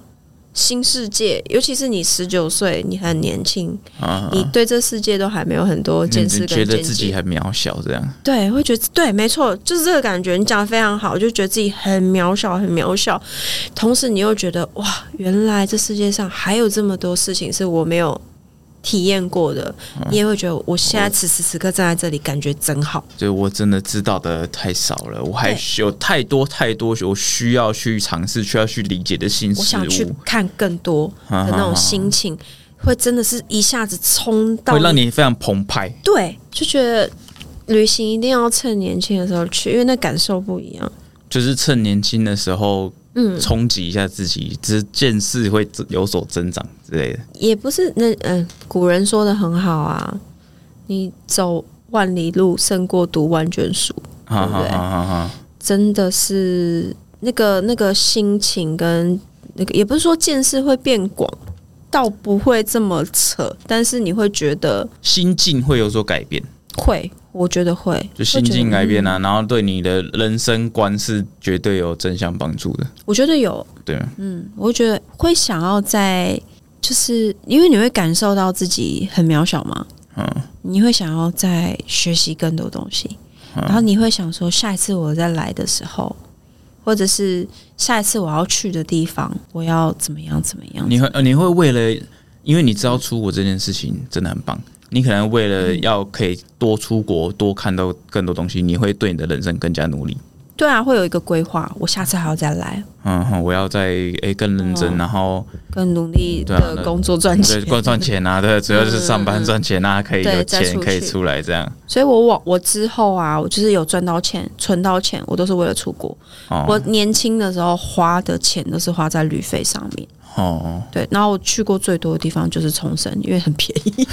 B: 新世界。尤其是你十九岁，你很年轻，
A: 啊
B: 你对这世界都还没有很多
A: 你
B: 见
A: 你
B: 识跟
A: 觉
B: 见
A: 得
B: 解，
A: 自己啊很渺小，这样
B: 对，会觉得对，没错，就是这个感觉。你讲的非常好，就觉得自己很渺小，很渺小。同时，你又觉得哇，原来这世界上还有这么多事情是我没有体验过的。
A: 嗯
B: 你也会觉得，我现在此时此刻站在这里，感觉真好。
A: 就我真的知道的太少了，我还
B: 对
A: 有太多太多我需要去尝试、需要去理解的新
B: 我
A: 事
B: 想去
A: 物，
B: 看更多的那种心情，会真的是一下子冲到
A: 会让你非常澎湃。
B: 对，就觉得旅行一定要趁年轻的时候去，因为那感受不一样。
A: 就是趁年轻的时候，嗯，冲击一下自己，这见识会有所增长之类的。
B: 也不是那嗯、古人说的很好啊，你走万里路胜过读万卷书，
A: 哈哈
B: 对
A: 哈哈哈！
B: 真的是那个那个心情跟那个，也不是说见识会变广，倒不会这么扯，但是你会觉得
A: 心境会有所改变，
B: 会，我觉得会，
A: 就心境改
B: 会觉
A: 变
B: 得。嗯
A: 啊，然后对你的人生观是绝对有正向帮助的，
B: 我觉得有，
A: 对啊吗？
B: 嗯，我觉得会想要在，就是因为你会感受到自己很渺小嘛，
A: 嗯，
B: 你会想要再学习更多东西，
A: 嗯
B: 然后你会想说，下一次我再来的时候，或者是下一次我要去的地方，我要怎么样怎么样？
A: 你会呃你会为了，因为你知道出国这件事情真的很棒，你可能为了要可以多出国、多看到更多东西，你会对你的人生更加努力。
B: 对啊，会有一个规划，我下次还要再来，
A: 嗯哼，我要再诶更认真，啊
B: 嗯
A: 然后
B: 更努力
A: 对啊
B: 的工作赚
A: 对
B: 钱。
A: 光赚钱 啊，对，主要就是上
B: 嗯嗯
A: 班
B: 嗯
A: 赚钱啊，可以有
B: 对再
A: 钱
B: 出
A: 可以
B: 去
A: 出来这样。
B: 所以我往我之后啊，我就是有赚到钱、存到钱，我都是为了出国。我
A: 哦
B: 年轻的时候花的钱都是花在旅费上面，
A: 哦，
B: 对。然后我去过最多的地方就是冲绳，因为很便
A: 嗯
B: 宜。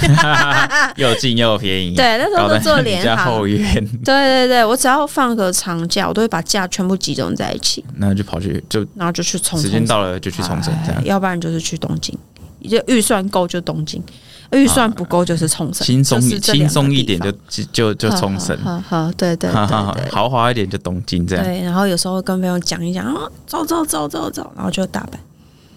A: 又近又便宜，
B: 啊对，那时
A: 搞
B: 候
A: 得
B: 都坐
A: 你
B: 联
A: 家
B: 航
A: 后。院，
B: 对对对，我只要放个长假，我都会把假全部集中在一起，
A: 那就跑去就
B: 然后就去冲
A: 时间
B: 绳。
A: 到了就去冲绳这样
B: 哎，要不然就是去东京，就预算够就东京，预算不够就是冲绳，
A: 轻松
B: 就是这两
A: 轻
B: 个
A: 松一点
B: 地
A: 就
B: 方嗯
A: 就就冲绳，
B: 呵呵呵呵对 对对嗯对对。
A: 豪华一点就东京这样
B: 对，然后有时候跟朋友讲一讲，啊，走走走走走，然后就大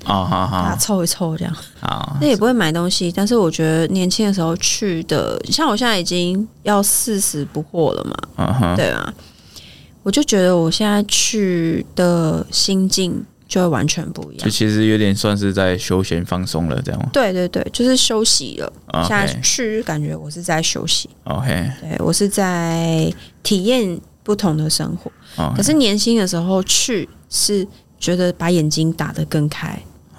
B: 阪，
A: 啊，好
B: 大家
A: 好嗯
B: 凑一凑这样。
A: 好，
B: 那也不会买东西，但是我觉得年轻的时候去的，像我现在已经要四十不惑了嘛，
A: 嗯哼，
B: 对啊，我就觉得我现在去的心境就会完全不一
A: 就
B: 样。
A: 其实有点算是在休闲放松了这样吗
B: 对对对，就是休息了。现
A: 啊
B: 在
A: ，OK
B: 去感觉我是在休息，
A: OK
B: 对我是在体验不同的生活。可
A: OK，
B: 是年轻的时候去是觉得把眼睛打得更开，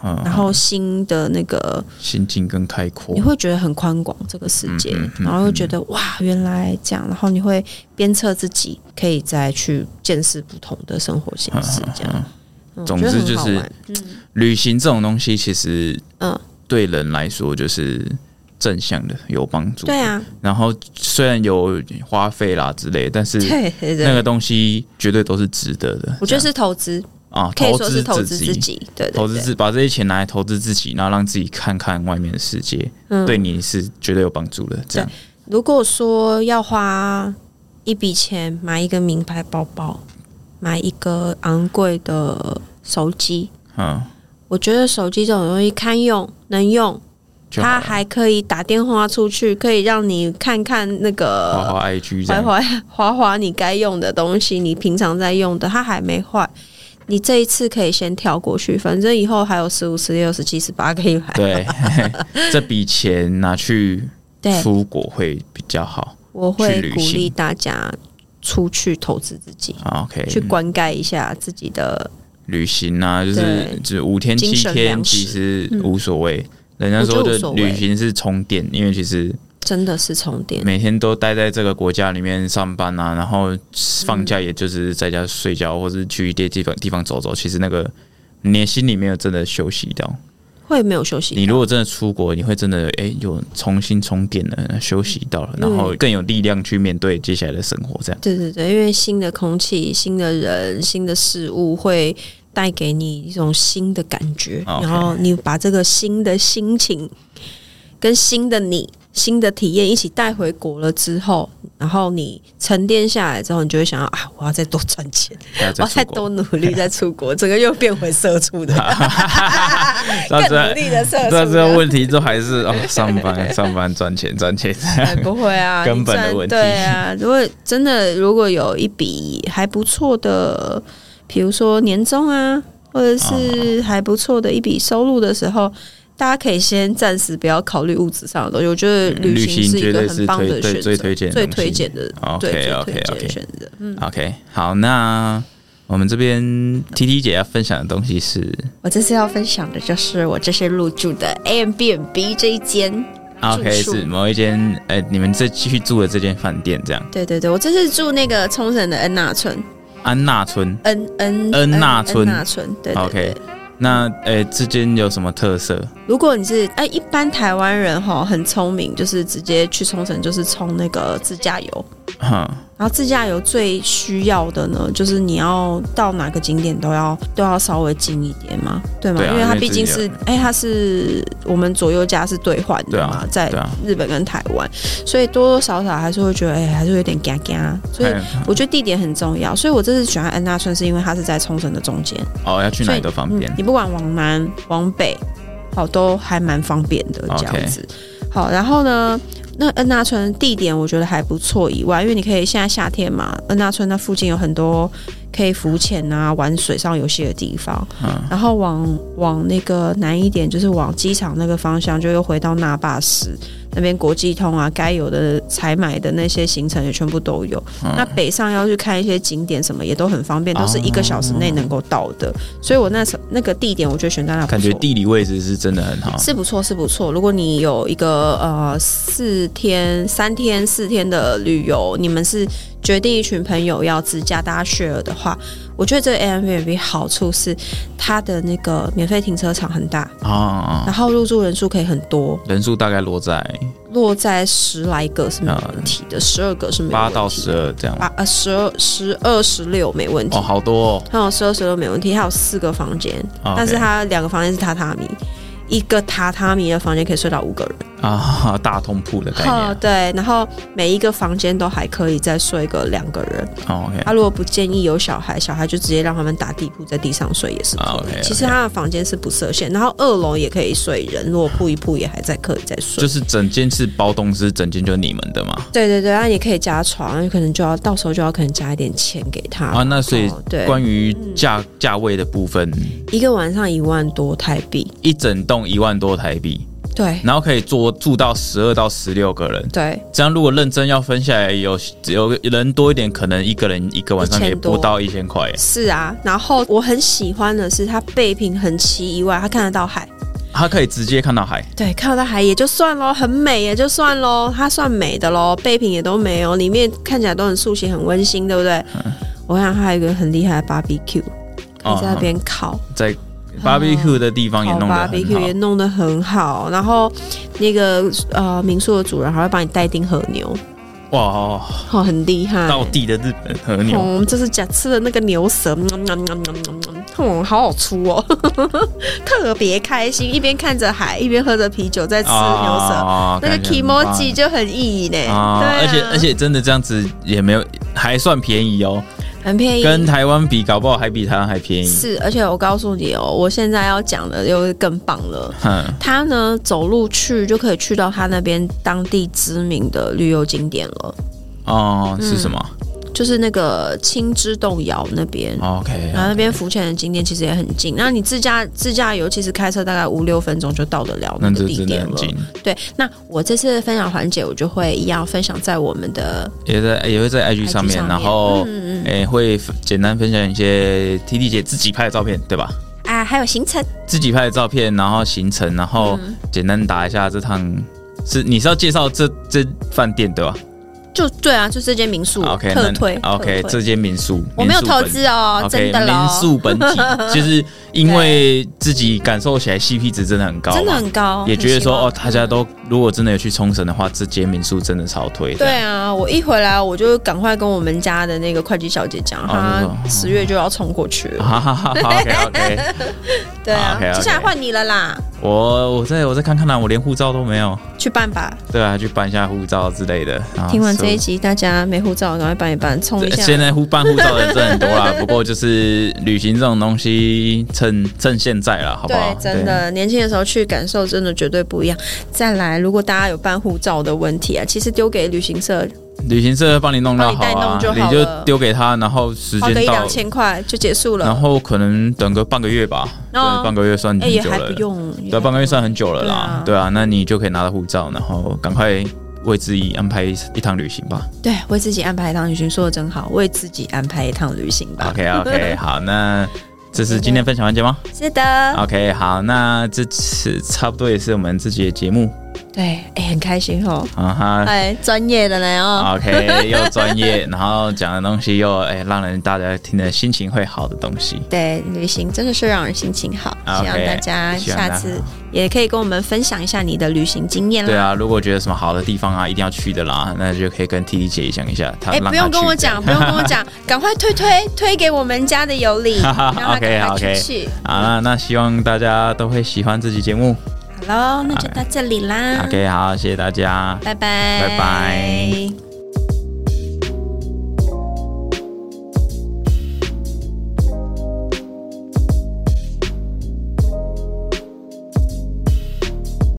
B: 然
A: 嗯，
B: 后新的那个
A: 心境更开阔
B: 你，会觉得很宽广这个世界，
A: 嗯嗯嗯
B: 然后又觉得哇，原来这样，然后你会鞭策自己，可以再去见识不同的生活形式，这样。嗯
A: 嗯总之就是，
B: 我觉得很好玩
A: 旅行这种东西其实
B: 嗯，
A: 对人来说就是正向的，有帮助。
B: 对，啊，
A: 然后虽然有花费啦之类，但是
B: 对对对，
A: 那个东西绝对都是值得的。
B: 我觉得是投资，
A: 这样啊，
B: 可以说
A: 资
B: 是投
A: 自
B: 资自己，对对对，
A: 投资自把这些钱拿来投资自己，然后让自己看看外面的世界，
B: 嗯
A: 对你是绝对有帮助的。这样
B: 如果说要花一笔钱买一个名牌包包，买一个昂贵的手机，
A: 嗯，
B: 我觉得手机这种东西堪用能用，
A: 就好
B: 它
A: 了
B: 还可以打电话出去，可以让你看看那
A: 花
B: 个
A: 花 IG 这样，
B: 怀怀华华你该用的东西，你平常在用的，它还没坏。你这一次可以先跳过去，反正以后还有十五、十六、十七、十八可以买。
A: 对， 这笔钱拿去
B: 对，
A: 出国会比较好。
B: 我
A: 去
B: 会
A: 旅
B: 鼓
A: 行
B: 励大家出去投资自己。
A: 啊 OK，
B: 去灌溉一下自己的。
A: 旅行啊，就是
B: 对
A: 就五天七
B: 精神
A: 天
B: 粮
A: 其
B: 食嗯
A: 实无所谓。人家说
B: 我觉得无
A: 的
B: 所谓
A: 旅行是充电，因为其实
B: 真的是充电，
A: 每天都待在这个国家里面上班
B: 嗯
A: 啊，然后放假也就是在家睡觉，或是去一些地方地方走走。其实那个你的心里没有真的休息到。
B: 会没有休息。
A: 你如果真的出国，你会真的哎、有重新充电了，休息到
B: 嗯
A: 了，然后更有力量去面对接下来的生活。这样
B: 对对对，因为新的空气、新的人、新的事物会带给你一种新的感觉，
A: 哦 OK
B: 然后你把这个新的心情跟新的你、新的体验一起带回国了之后，然后你沉淀下来之后，你就会想要啊，我要再多赚钱，
A: 还要
B: 我
A: 再
B: 要再
A: 出国，
B: 多努力再出国，整个又变回社畜的，
A: 到
B: 更
A: 时候
B: 努力的社
A: 到
B: 畜
A: 时候
B: 的。
A: 问题都还是 哦，上班上班赚钱赚钱。
B: 哎，不会 啊，
A: 根本的
B: 你赚
A: 问题
B: 对啊，如果真的如果有一笔还不错的，比如说年终啊，或者
A: 啊
B: 是还不错的一笔收入的时候。大家可以先暂时不要考虑物质上的东西，我觉得
A: 嗯旅
B: 行
A: 行
B: 是一
A: 绝
B: 个
A: 对是
B: 很棒
A: 推
B: 的
A: 最
B: 选择，
A: 最推荐的
B: 最
A: 东
B: 推
A: 西
B: 荐的，
A: OK，
B: 对最
A: OK，
B: 推荐
A: OK
B: 的选择。嗯，
A: OK，好，那我们这边 T T 姐要分享的东西是
B: 我这次要分享的就是我这次入住的 a m b n b 这一间，
A: OK
B: 住宿
A: 是某一间呃、你们这去住的这间饭店这样，
B: 对对对，我这次住那个冲绳的恩纳村，
A: 安娜村。
B: 恩恩
A: 恩纳村
B: 恩纳村，对对对
A: OK，那呃、这间有什么特色？
B: 如果你是哎，一般台湾人哈很聪明，就是直接去冲绳，就是冲那个自驾游。
A: 哼，
B: 然后自驾游最需要的呢，就是你要到哪个景点都要都要稍微近一点嘛，对吗？
A: 对啊
B: 因为它
A: 因为
B: 毕竟
A: 自
B: 是哎，它是我们左右家是兑换
A: 对
B: 的嘛，
A: 啊
B: 在
A: 对啊
B: 日本跟台湾，所以多多少少还是会觉得哎，还是有点嘎嘎。所以
A: 哎
B: 我觉得地点很重要，所以我这次喜欢恩纳村是因为它是在冲绳的中间。
A: 哦，要去哪里都方便
B: 嗯。你不管往南往北，好都还蛮方便的
A: OK
B: 这样子。好，然后呢，那恩纳村地点我觉得还不错，以外，因为你可以现在夏天嘛，恩纳村那附近有很多可以浮潜啊、玩水上游戏的地方。
A: 嗯，
B: 然后往往那个南一点，就是往机场那个方向，就又回到那霸市。那边国际通啊，该有的采买的那些行程也全部都有。
A: 嗯
B: 那北上要去看一些景点什么也都很方便，都是一个小时
A: 嗯
B: 内能够到的。所以我那时候那个地点，我觉得选在那不错
A: 感觉地理位置是真的很好。
B: 是不错，是不错。如果你有一个呃四天、三天、四天的旅游，你们是决定一群朋友要自驾大家 share 的话，我觉得这个 Airbnb 好处是它的那个免费停车场很大，
A: 啊，
B: 然后入住人数可以很多，
A: 人数大概落在
B: 落在十来个是没有问题的，十二个是没有
A: 啊八
B: 问题
A: 到十二这样。
B: 八呃十二十二十六没问题
A: 哦，。好多哦。
B: 还有十二十六没问题，它有四个房间，
A: 啊
B: 但是
A: OK
B: 它两个房间是榻榻米，一个榻榻米的房间可以睡到五个人。
A: 啊， 大通铺的概念
B: 哦，
A: 啊。
B: 对，然后每一个房间都还可以再睡个两个人。
A: 哦，OK，
B: 他如果不建议有小孩，小孩就直接让他们打地铺在地上睡也是可以。
A: 啊，OK，OK
B: 其实他的房间是不设限，然后二楼也可以睡人，如果铺一铺也还在可以再睡。
A: 就是整间是包栋是整间就是你们的嘛。
B: 对对对，啊那也可以加床，可能就要到时候就要可能加一点钱给他。
A: 啊，那所以
B: 哦对，
A: 关于价价位的部分，
B: 一个晚上一万多台币。
A: 一整栋一万多台币，
B: 对
A: 然后可以坐住到十二到十六个人。
B: 对，
A: 这样如果认真要分下来，有只有人多一点，可能一个人一个晚上也
B: 1000多
A: 不到一千块耶
B: 是啊。然后我很喜欢的是，它背屏很奇以外，它看得到海。
A: 他可以直接看到海。
B: 对，看到海也就算喽，很美也就算喽，它算美的喽，备品也都没有，里面看起来都很素写，很温馨，对不对？我想还有一个很厉害的 barbecue，可以在那边烤，
A: 哦在 barbecue 的地方也弄得
B: 烤
A: 很
B: barbecue 也弄得很好，然后那个呃民宿的主人还会帮你带丁和牛，
A: 好。哇，
B: 哦，很厉害。
A: 到地的日本和牛，
B: 哦，这是假吃的那个牛舌，嗯嗯嗯嗯嗯嗯嗯，好好吃哦，特别开心，一边看着海，一边喝着啤酒，在吃牛舌，
A: 啊
B: 那个 k i m o j i 就很意义呢，
A: 啊，
B: 对啊
A: 而且而且真的这样子也没有，还算便宜哦，
B: 很便宜。
A: 跟台湾比，搞不好还比台湾还便宜。
B: 是，而且我告诉你哦，我现在要讲的又更棒了。
A: 哼，
B: 他呢，走路去就可以去到他那边当地知名的旅游景点了，
A: 哦，
B: 嗯
A: 是什么、
B: 就是那个青之洞窑那边。
A: o k
B: 然后那边浮潜的景点其实也很近，那你自驾自驾游其实开车大概五六分钟就到得了
A: 那
B: 个
A: 这
B: 地
A: 真的
B: 点
A: 很
B: 了。
A: 近，
B: 对，那我这次的分享环节，我就会一样分享在我们的
A: 也在也会在 IG 上
B: IG
A: 面，
B: 上面
A: 然后诶、
B: 嗯嗯
A: 会简单分享一些 T D 姐自己拍的照片，对吧？
B: 啊，还有行程。
A: 自己拍的照片，然后行程，然后
B: 嗯
A: 简单打一下这趟是你是要介绍这这饭店对吧
B: 就对啊，就这间民宿
A: ？OK，
B: 特
A: 那
B: 推
A: ，OK，
B: 特推
A: 这间民宿
B: 我没有
A: 民
B: 投。
A: 宿本
B: 资哦，真
A: OK，
B: 的
A: 民
B: 咯，
A: 宿本体 就是因为自己感受起来 CP 值真的很高嘛，啊
B: 真的很高，
A: 也觉得说哦，
B: 很喜
A: 大家
B: 欢
A: 都如果真的有去冲绳的话，这间民宿真的超推。
B: 对，啊，我一回来我就赶快跟我们家的那个会计小姐讲，她
A: 哦啊
B: 十月就要冲过去 了。
A: 哈哈哈。OK OK，
B: 对啊，
A: OK，OK
B: 接下来换你了啦，
A: 我我再我再看看啦、啊我连护照都没有，
B: 去办吧。
A: 对啊，去办一下护照之类的。啊
B: 听完
A: 所
B: 这
A: 以
B: 一集，大家没护照赶快办一办，冲一
A: 这
B: 下。
A: 现在护办护照的人真的很多 啦，不过就是旅行这种东西，趁趁现在啦，好不好
B: 对？，真的，年轻的时候去感受真的绝对不一样。再来，如果大家有办护照的问题啊，其实丢给旅行社
A: 对，旅行社帮你弄到
B: 帮你代
A: 啊
B: 弄，就好
A: 你
B: 了
A: 就丢给他，然后时
B: 花个
A: 间
B: 一
A: 到
B: 两，千块就结束
A: 然
B: 了，
A: 后可能等个半个月吧，对，
B: 哦
A: 半个月算
B: 哎，
A: 很
B: 也
A: 久
B: 还
A: 了
B: 不。用，也
A: 对，
B: 还
A: 半个月
B: 不用
A: 算很久了啦，
B: 对
A: 对啊，那你就可以拿到护照，然后赶快为自己安排一一趟旅行 吧。
B: 对，为自己安排一趟旅行，说的真好，为自己安排一趟旅行吧。
A: OK OK，好，那这是今天分享环节吗
B: 是的，
A: ？OK，好，那这次差不多也是我们自己的节目
B: 对，哎、很开心哦，
A: 啊哈。
B: 哎，专业的呢哦，
A: OK，又专业，然后讲的东西又哎、让人大家听的心情会好的东西。
B: 对，旅行真的是让人心情好，
A: 啊 OK，
B: 希望大家
A: 希望大
B: 下
A: 家
B: 次也可以跟我们分享一下你的旅行经验
A: 对
B: 啦。
A: 啊，如果觉得什么好的地方啊，一定要去的啦，那就可以跟 T T 姐讲一下，她
B: 哎、
A: 让
B: 不
A: 她
B: 用跟
A: 去
B: 我
A: 这样
B: 讲，不用跟我 讲，赶快推推推给我们家的尤里，让他
A: OK
B: 赶快
A: OK
B: 去去。
A: 好，那那希望大家都会喜欢这期节目。
B: 好喽，那就到这里啦
A: OK，好，谢谢大家，
B: 拜拜，
A: 拜拜。